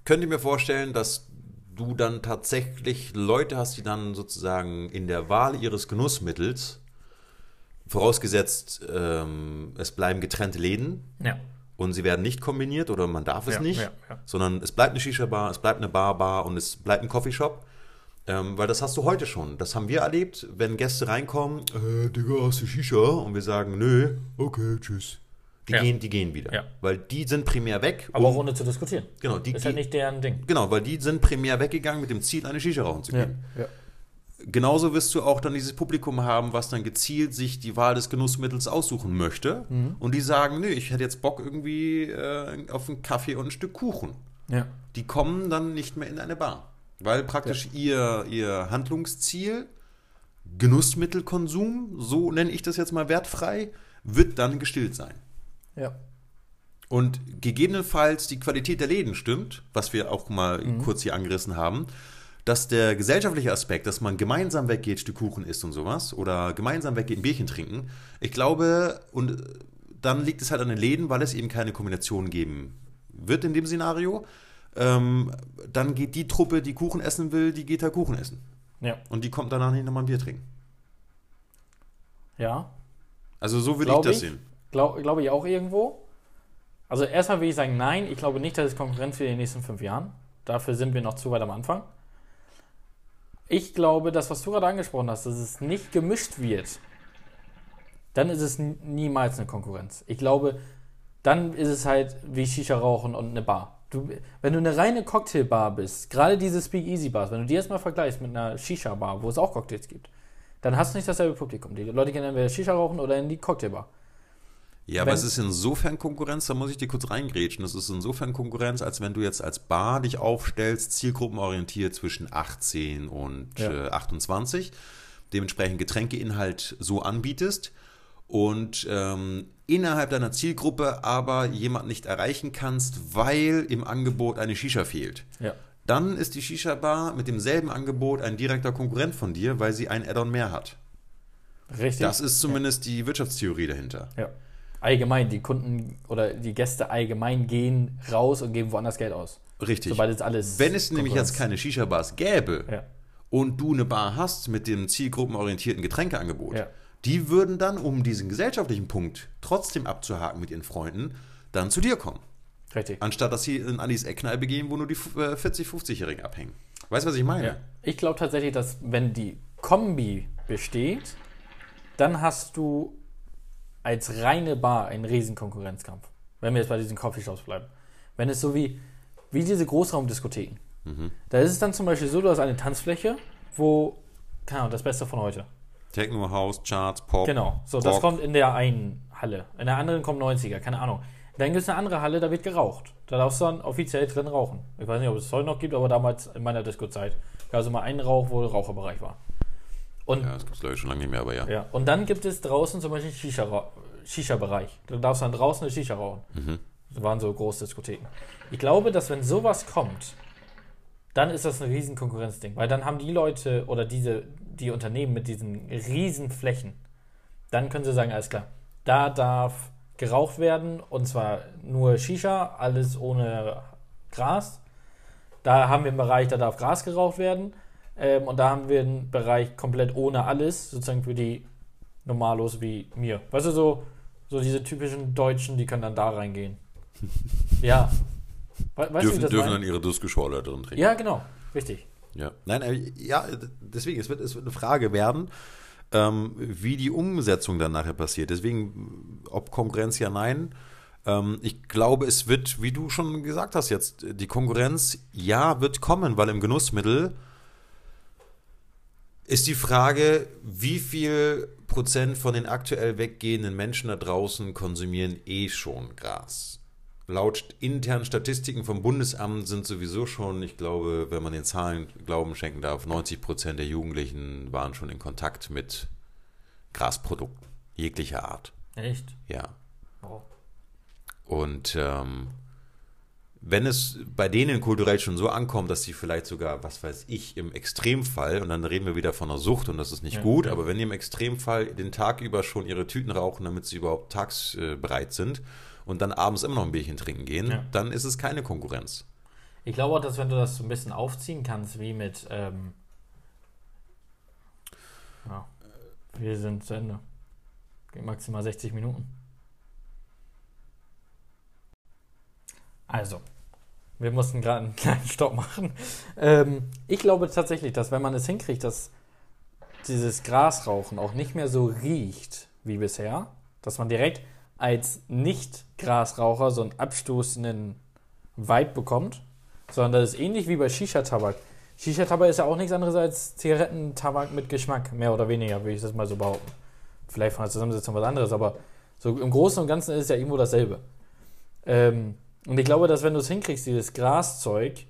A: könnte mir vorstellen, dass du dann tatsächlich Leute hast, die dann sozusagen in der Wahl ihres Genussmittels, vorausgesetzt, ähm, es bleiben getrennte Läden
C: Ja.
A: und sie werden nicht kombiniert oder man darf es
C: Ja,
A: nicht,
C: ja, ja.
A: sondern es bleibt eine Shisha-Bar, es bleibt eine Bar-Bar und es bleibt ein Coffeeshop. Ähm, weil das hast du heute schon. Das haben wir erlebt, wenn Gäste reinkommen, äh, Digga, hast du Shisha? Und wir sagen, nö, okay, tschüss. Die,
C: Ja.
A: gehen, die gehen wieder.
C: Ja.
A: Weil die sind primär weg.
C: Aber auch
A: um-
C: ohne zu diskutieren.
A: genau, die,
C: ist halt
A: die-
C: nicht deren Ding.
A: Genau, weil die sind primär weggegangen mit dem Ziel, eine Shisha rauchen zu gehen.
C: ja.
A: Genauso wirst du auch dann dieses Publikum haben, was dann gezielt sich die Wahl des Genussmittels aussuchen möchte. Und die sagen, nö, ich hätte jetzt Bock irgendwie äh, auf einen Kaffee und ein Stück Kuchen.
B: Ja.
A: Die kommen dann nicht mehr in eine Bar. Weil praktisch ihr, ihr Handlungsziel, Genussmittelkonsum, so nenne ich das jetzt mal wertfrei, wird dann gestillt sein.
B: Ja.
A: Und gegebenenfalls die Qualität der Läden stimmt, was wir auch mal
B: Mhm.
A: kurz hier angerissen haben, dass der gesellschaftliche Aspekt, dass man gemeinsam weggeht, Stück Kuchen isst und sowas, oder gemeinsam weggeht, ein Bierchen trinken, ich glaube, und äh, dann liegt es halt an den Läden, weil es eben keine Kombination geben wird in dem Szenario, ähm, dann geht die Truppe, die Kuchen essen will, die geht halt Kuchen essen.
C: Ja.
A: Und die kommt danach nicht nochmal ein Bier trinken.
B: Ja.
A: Also so würde ich
B: Glaub
A: das
B: ich.
A: sehen.
B: Glaube glaub ich auch irgendwo. Also erstmal will ich sagen, nein, ich glaube nicht, dass es Konkurrenz wird in den nächsten fünf Jahren. Dafür sind wir noch zu weit am Anfang. Ich glaube, das, was du gerade angesprochen hast, dass es nicht gemischt wird, dann ist es n- niemals eine Konkurrenz. Ich glaube, dann ist es halt wie Shisha rauchen und eine Bar. Du, wenn du eine reine Cocktailbar bist, gerade diese Speakeasy-Bars, wenn du die erstmal vergleichst mit einer Shisha-Bar, wo es auch Cocktails gibt, dann hast du nicht dasselbe Publikum. Die Leute gehen entweder Shisha rauchen oder in die Cocktailbar.
A: Ja, aber
B: Wenn-
A: es ist insofern Konkurrenz, da muss ich dir kurz reingrätschen. Das ist insofern Konkurrenz, als wenn du jetzt als Bar dich aufstellst, zielgruppenorientiert zwischen 18 und
B: Ja.
A: äh, 28, dementsprechend Getränkeinhalt so anbietest und ähm, innerhalb deiner Zielgruppe aber jemand nicht erreichen kannst, weil im Angebot eine Shisha fehlt.
B: Ja.
A: Dann ist die Shisha-Bar mit demselben Angebot ein direkter Konkurrent von dir, weil sie ein Add-on mehr hat.
B: Richtig.
A: Das ist zumindest die Wirtschaftstheorie dahinter.
B: ja. Allgemein, die Kunden oder die Gäste allgemein gehen raus und geben woanders Geld aus.
A: Richtig.
B: Sobald jetzt alles.
A: Wenn es nämlich jetzt
B: Konkurrenz-
A: keine Shisha-Bars gäbe
B: Ja.
A: und du eine Bar hast mit dem zielgruppenorientierten Getränkeangebot,
B: Ja.
A: die würden dann, um diesen gesellschaftlichen Punkt trotzdem abzuhaken mit ihren Freunden, dann zu dir kommen.
B: Richtig.
A: Anstatt dass sie in Anis Eckkneipe gehen, wo nur die äh, 40-, 50-Jährigen abhängen. Weißt du, was ich meine?
B: Ja. Ich glaube tatsächlich, dass wenn die Kombi besteht, dann hast du als reine Bar einen riesen Konkurrenzkampf. Wenn wir jetzt bei diesen Coffeeshops bleiben. Wenn es so wie, wie diese Großraumdiskotheken.
A: Mhm.
B: Da ist es dann zum Beispiel so, du hast eine Tanzfläche, wo, keine Ahnung, das Beste von heute.
A: Techno, House, Charts, Pop.
B: Genau, so das
A: Rock.
B: kommt in der einen Halle. In der anderen kommen 90er, keine Ahnung. Dann gibt es eine andere Halle, da wird geraucht. Da darfst du dann offiziell drin rauchen. Ich weiß nicht, ob es das heute noch gibt, aber damals in meiner Disco-Zeit gab es immer einen Rauch, wo der Raucherbereich war. Und
A: Ja, das gibt es, glaube ich, schon lange nicht mehr, aber ja.
B: ja, und dann gibt es draußen zum Beispiel einen Shisha- Shisha-Bereich. Da darfst du dann draußen eine Shisha rauchen. Das waren so große Diskotheken. Ich glaube, dass wenn sowas kommt, dann ist das ein riesen Konkurrenzding. Weil dann haben die Leute oder diese, die Unternehmen mit diesen riesen Flächen, dann können sie sagen, alles klar, da darf geraucht werden und zwar nur Shisha, alles ohne Gras. Da haben wir einen Bereich, da darf Gras geraucht werden. Ähm, und da haben wir einen Bereich komplett ohne alles, sozusagen für die Normalos wie mir. Weißt du, so, so diese typischen Deutschen, die können dann da reingehen. ja. We weißt du, wie
A: Dürfen,
B: das
A: dürfen
B: meine?
A: dann ihre Disco-Schorle drin trinken.
B: Ja, genau. Richtig.
A: Ja. Nein, äh, ja, d- deswegen, es wird, es wird eine Frage werden, ähm, wie die Umsetzung dann nachher passiert. Deswegen, ob Konkurrenz ja, nein. Ähm, ich glaube, es wird, wie du schon gesagt hast jetzt, die Konkurrenz ja wird kommen, weil im Genussmittel ist die Frage, wie viel Prozent von den aktuell weggehenden Menschen da draußen konsumieren eh schon Gras. Laut internen Statistiken vom Bundesamt sind sowieso schon, ich glaube, wenn man den Zahlen Glauben schenken darf, 90 Prozent der Jugendlichen waren schon in Kontakt mit Grasprodukten jeglicher Art.
C: Echt?
A: Ja.
C: Wow.
A: Und ähm, wenn es bei denen kulturell schon so ankommt, dass sie vielleicht sogar, was weiß ich, im Extremfall, und dann reden wir wieder von einer Sucht und das ist nicht
C: Ja,
A: gut,
C: ja.
A: aber wenn die im Extremfall den Tag über schon ihre Tüten rauchen, damit sie überhaupt tagsbereit sind und dann abends immer noch ein Bierchen trinken gehen,
C: Ja.
A: dann ist es keine Konkurrenz.
B: Ich glaube auch, dass wenn du das so ein bisschen aufziehen kannst, wie mit ähm, ja, wir sind zu Ende. Geht Maximal 60 Minuten. Also, wir mussten gerade einen kleinen Stopp machen. Ähm, ich glaube tatsächlich, dass wenn man es hinkriegt, dass dieses Grasrauchen auch nicht mehr so riecht wie bisher, dass man direkt als Nicht-Grasraucher so einen abstoßenden Vibe bekommt, sondern das ist ähnlich wie bei Shisha-Tabak. Shisha-Tabak ist ja auch nichts anderes als Zigarettentabak mit Geschmack, mehr oder weniger, würde ich das mal so behaupten. Vielleicht von der Zusammensetzung was anderes, aber so im Großen und Ganzen ist es ja irgendwo dasselbe. Ähm, und ich glaube, dass wenn du es hinkriegst, dieses Graszeug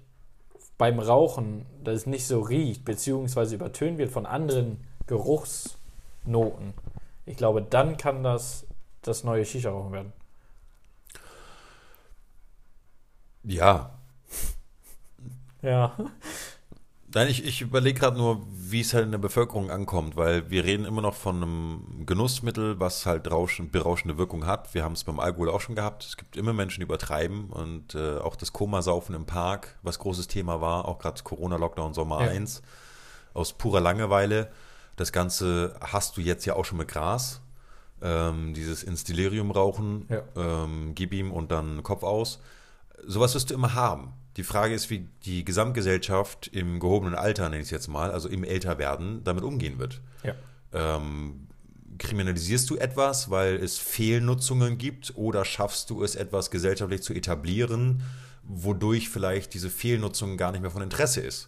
B: beim Rauchen, dass es nicht so riecht, beziehungsweise übertönt wird von anderen Geruchsnoten, ich glaube, dann kann das das neue Shisha-Rauchen werden.
A: Ja.
B: Ja.
A: Nein, ich, ich überlege gerade nur, wie es halt in der Bevölkerung ankommt, weil wir reden immer noch von einem Genussmittel, was halt rauschen, berauschende Wirkung hat. Wir haben es beim Alkohol auch schon gehabt. Es gibt immer Menschen, die übertreiben und äh, auch das Komasaufen im Park, was großes Thema war, auch gerade Corona-Lockdown Sommer
B: Ja.
A: 1, aus purer Langeweile. Das Ganze hast du jetzt ja auch schon mit Gras. Ähm, dieses ins Delirium rauchen,
B: Ja.
A: ähm, gib ihm und dann Kopf aus. Sowas wirst du immer haben. Die Frage ist, wie die Gesamtgesellschaft im gehobenen Alter, nenne ich es jetzt mal, also im Älterwerden, damit umgehen wird.
B: Ja.
A: Ähm, kriminalisierst du etwas, weil es Fehlnutzungen gibt, oder schaffst du es, etwas gesellschaftlich zu etablieren, wodurch vielleicht diese Fehlnutzung gar nicht mehr von Interesse ist?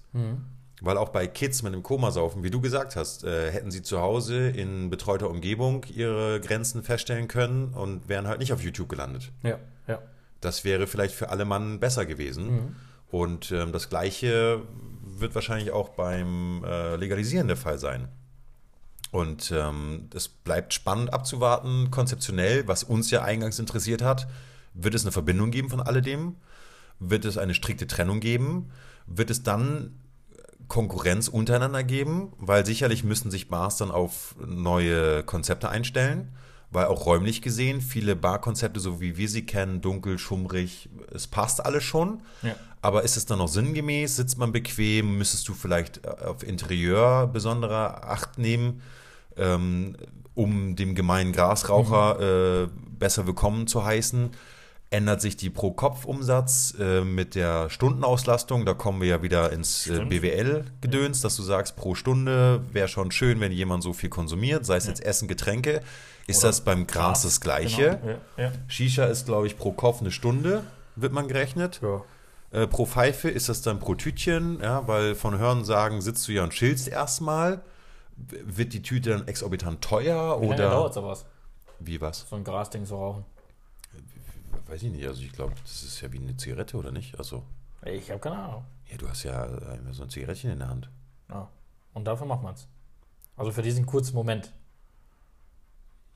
A: Weil auch bei Kids mit dem Komasaufen, wie du gesagt hast, äh, hätten sie zu Hause in betreuter Umgebung ihre Grenzen feststellen können und wären halt nicht auf YouTube gelandet.
B: Ja. Ja.
A: Das wäre vielleicht für alle Mann besser gewesen. Und ähm, das Gleiche wird wahrscheinlich auch beim äh, Legalisieren der Fall sein. Und ähm, es bleibt spannend abzuwarten, konzeptionell, was uns ja eingangs interessiert hat. Wird es eine Verbindung geben von alledem? Wird es eine strikte Trennung geben? Wird es dann Konkurrenz untereinander geben? Weil sicherlich müssen sich Bars dann auf neue Konzepte einstellen. Weil auch räumlich gesehen viele Barkonzepte, so wie wir sie kennen, dunkel, schummrig, es passt alles schon.
B: Ja.
A: Aber ist es dann noch sinngemäß? Sitzt man bequem? Müsstest du vielleicht äh, auf Interieur besonderer Acht nehmen, ähm, um dem gemeinen Grasraucher äh, besser willkommen zu heißen? Ändert sich die Pro-Kopf-Umsatz äh, mit der Stundenauslastung? Da kommen wir ja wieder ins äh,
D: Stimmt.
A: BWL-Gedöns, dass du sagst, pro Stunde wäre schon schön, wenn jemand so viel konsumiert, sei es jetzt Essen, Getränke. Ist das beim Gras das Gleiche?
B: genau.
D: Ja, ja.
A: Shisha ist, glaube ich, pro Kopf eine Stunde, wird man gerechnet.
B: ja.
A: Äh, pro Pfeife ist das dann pro Tütchen, ja, weil von Hörensagen sitzt du ja und chillst erstmal. W- Wird die Tüte dann exorbitant teuer
D: Wie lange dauert
A: oder
D: sowas,
A: wie was?
D: so ein Grasding zu rauchen?
A: Weiß ich nicht, also ich glaube, das ist ja wie eine Zigarette oder nicht? Also,
D: Ich habe keine Ahnung.
A: ja, du hast ja einmal so ein Zigarettchen in der Hand.
D: Ja. Und dafür macht man es. Also für diesen kurzen Moment.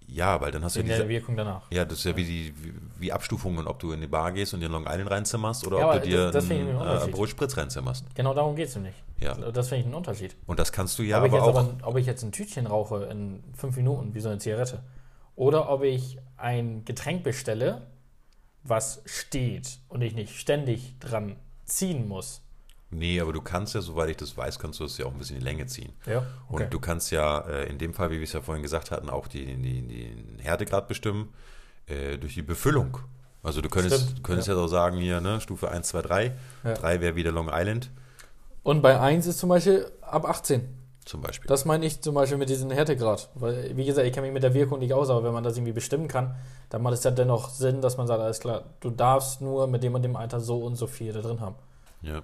A: Ja, weil dann hast du
D: In
A: ja
D: der
A: diese,
D: Wirkung danach.
A: ja, das ist ja wie die wie, wie Abstufungen, ob du in die Bar gehst und dir Long Island reinzimmerst oder
D: Ja,
A: ob
D: aber
A: du dir
D: das- das finde ich
A: einen,
D: den Unterschied.
A: äh, Brotspritz reinzimmerst.
D: Genau darum geht es nämlich.
A: Ja.
D: Das finde ich einen Unterschied.
A: Und das kannst du ja
D: ob, ich
A: aber
D: jetzt
A: auch.
D: aber, ob ich jetzt ein Tütchen rauche in fünf Minuten, wie so eine Zigarette. Oder ob ich ein Getränk bestelle, was steht und ich nicht ständig dran ziehen muss.
A: Nee, aber du kannst ja, soweit ich das weiß, kannst du es ja auch ein bisschen in die Länge ziehen.
D: Ja, okay.
A: Und du kannst ja äh, in dem Fall, wie wir es ja vorhin gesagt hatten, auch die, die, den Härtegrad bestimmen äh, durch die Befüllung. Also du könntest,
D: Stimmt,
A: du könntest ja. auch sagen hier, ne, Stufe 1, 2, 3.
B: Ja.
A: 3 wäre wieder Long Island
B: Und bei 1 ist zum Beispiel ab 18.
A: zum Beispiel.
B: Das meine ich zum Beispiel mit diesem Härtegrad. Weil, wie gesagt, ich kenne mich mit der Wirkung nicht aus, aber wenn man das irgendwie bestimmen kann, dann macht es ja dennoch Sinn, dass man sagt, alles klar, du darfst nur mit dem und dem Alter so und so viel da drin haben.
A: Ja.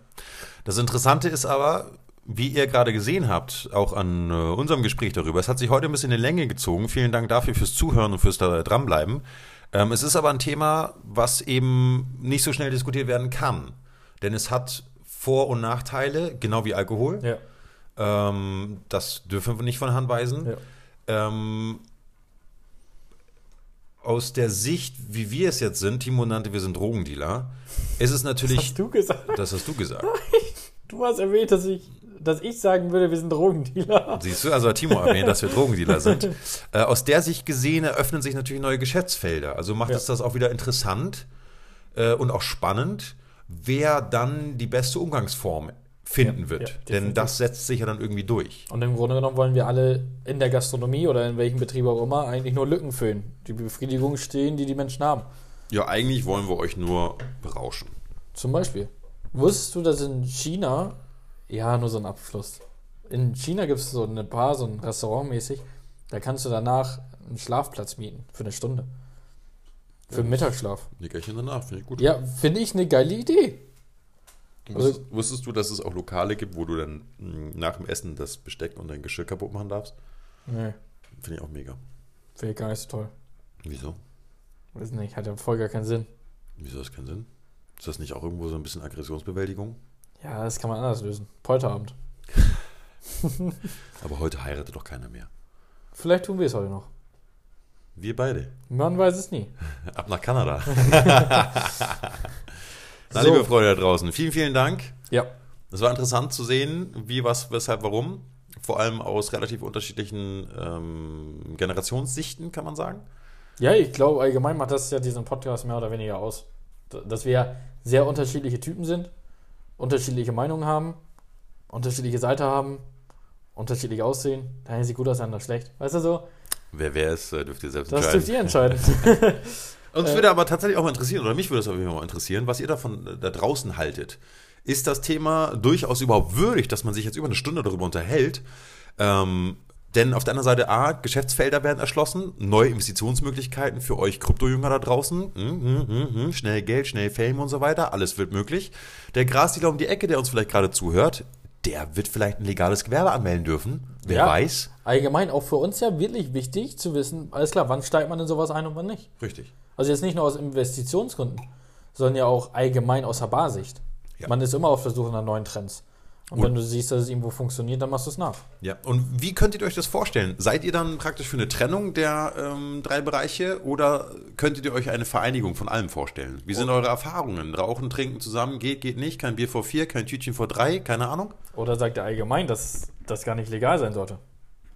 A: Das Interessante ist aber, wie ihr gerade gesehen habt, auch an äh, unserem Gespräch darüber, es hat sich heute ein bisschen in die Länge gezogen. Vielen Dank dafür fürs Zuhören und fürs da dranbleiben. Ähm, es ist aber ein Thema, was eben nicht so schnell diskutiert werden kann. Denn es hat Vor- und Nachteile, genau wie Alkohol.
B: Ja.
A: Ähm, das dürfen wir nicht von Hand weisen.
B: Ja.
A: Ähm, aus der Sicht, wie wir es jetzt sind, Timo nannte, wir sind Drogendealer, ist es natürlich.
B: Hast du gesagt?
A: Das hast du gesagt.
B: Du hast erwähnt, dass ich, dass ich sagen würde, wir sind Drogendealer.
A: Siehst du, also hat Timo erwähnt, dass wir Drogendealer sind. Äh, aus der Sicht gesehen eröffnen sich natürlich neue Geschäftsfelder. Also macht
B: Ja.
A: es das auch wieder interessant äh, und auch spannend. wer dann die beste Umgangsform finden wird.
B: ja,
A: Denn
B: definitiv.
A: das setzt sich ja dann irgendwie durch.
B: Und im Grunde genommen wollen wir alle in der Gastronomie oder in welchem Betrieb auch immer eigentlich nur Lücken füllen. Die Befriedigung stehen, die die Menschen haben.
A: Ja, eigentlich wollen wir euch nur berauschen.
B: Zum Beispiel. Wusstest du, dass in China, ja, nur so ein Abfluss. In China gibt es so eine Bar, so ein Restaurant mäßig, da kannst du danach einen Schlafplatz mieten für eine Stunde. Für den Mittagsschlaf.
A: Nickerchen danach, finde ich gut.
B: Ja, also- finde ich eine geile Idee.
A: Wusstest, wusstest du, dass es auch Lokale gibt, wo du dann mh, nach dem Essen das Besteck und dein Geschirr kaputt machen darfst?
B: Nee,
A: Finde ich auch mega.
B: finde ich gar nicht so toll.
A: Wieso?
B: Weiß nicht, hat ja voll gar keinen Sinn.
A: Wieso hat das keinen Sinn? Ist das nicht auch irgendwo so ein bisschen Aggressionsbewältigung?
B: Ja, das kann man anders lösen. Polterabend.
A: Aber heute heiratet doch keiner mehr.
B: Vielleicht tun wir es heute noch.
A: Wir beide.
B: Man weiß es nie.
A: Ab nach Kanada. Na,
B: So.
A: liebe Freunde da draußen, vielen, vielen Dank.
B: Ja,
A: Es war interessant zu sehen, wie, was, weshalb, warum. Vor allem aus relativ unterschiedlichen ähm, Generationssichten, kann man sagen.
B: Ja, ich glaube, allgemein macht das ja diesen Podcast mehr oder weniger aus. D- Dass wir sehr unterschiedliche Typen sind, unterschiedliche Meinungen haben, unterschiedliches Alter haben, unterschiedlich aussehen. Der eine sieht gut aus, der andere schlecht. Weißt du so?
A: Wer wer ist, äh, dürft ihr selbst
B: Das
A: entscheiden.
B: dürft ihr entscheiden.
A: Uns würde aber tatsächlich auch mal interessieren, oder mich würde es auf jeden Fall mal interessieren, was ihr davon äh, da draußen haltet. Ist das Thema durchaus überhaupt würdig, dass man sich jetzt über eine Stunde darüber unterhält? Ähm, denn auf der anderen Seite, A, Geschäftsfelder werden erschlossen, neue Investitionsmöglichkeiten für euch Kryptojünger da draußen, hm, hm, hm, hm, schnell Geld, schnell Fame und so weiter, alles wird möglich. Der Grasdealer um die Ecke, der uns vielleicht gerade zuhört, der wird vielleicht ein legales Gewerbe anmelden dürfen, wer
B: Ja.
A: weiß.
B: Allgemein auch für uns ja wirklich wichtig zu wissen, alles klar, wann steigt man in sowas ein und wann nicht.
A: Richtig.
B: Also jetzt nicht nur aus Investitionsgründen, sondern ja auch allgemein aus der Barsicht.
A: Ja.
B: Man ist immer auf der Suche nach neuen Trends. Und,
A: Und-
B: wenn du siehst, dass es irgendwo funktioniert, dann machst du es nach.
A: Ja, und wie könntet ihr euch das vorstellen? Seid ihr dann praktisch für eine Trennung der ähm, drei Bereiche oder könntet ihr euch eine Vereinigung von allem vorstellen? Wie
B: Oh.
A: sind eure Erfahrungen? Rauchen, trinken zusammen, geht, geht nicht, kein Bier vor vier, kein Tütchen vor drei, keine Ahnung?
B: Oder sagt er allgemein, dass das gar nicht legal sein sollte?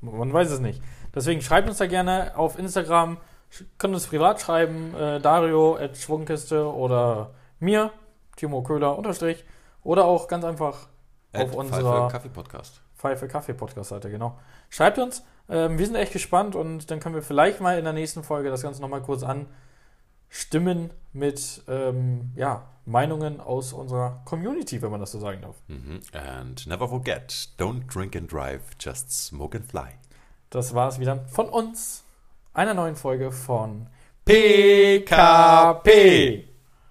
B: Man weiß es nicht. Deswegen schreibt uns da gerne auf Instagram, sch- könnt uns privat schreiben, äh, Dario at Schwungkiste oder mir, Timo Köhler unterstrich, oder auch ganz einfach auf unserer
A: Kaffee-Podcast.
B: Pfeife Kaffee Podcast Seite, genau. Schreibt uns, ähm, wir sind echt gespannt und dann können wir vielleicht mal in der nächsten Folge das Ganze nochmal kurz anstimmen mit ähm, ja, Meinungen aus unserer Community, wenn man das so sagen darf.
A: Mhm. And never forget, don't drink and drive, just smoke and fly.
B: Das war's wieder von uns. Einer neuen Folge von
A: PKP.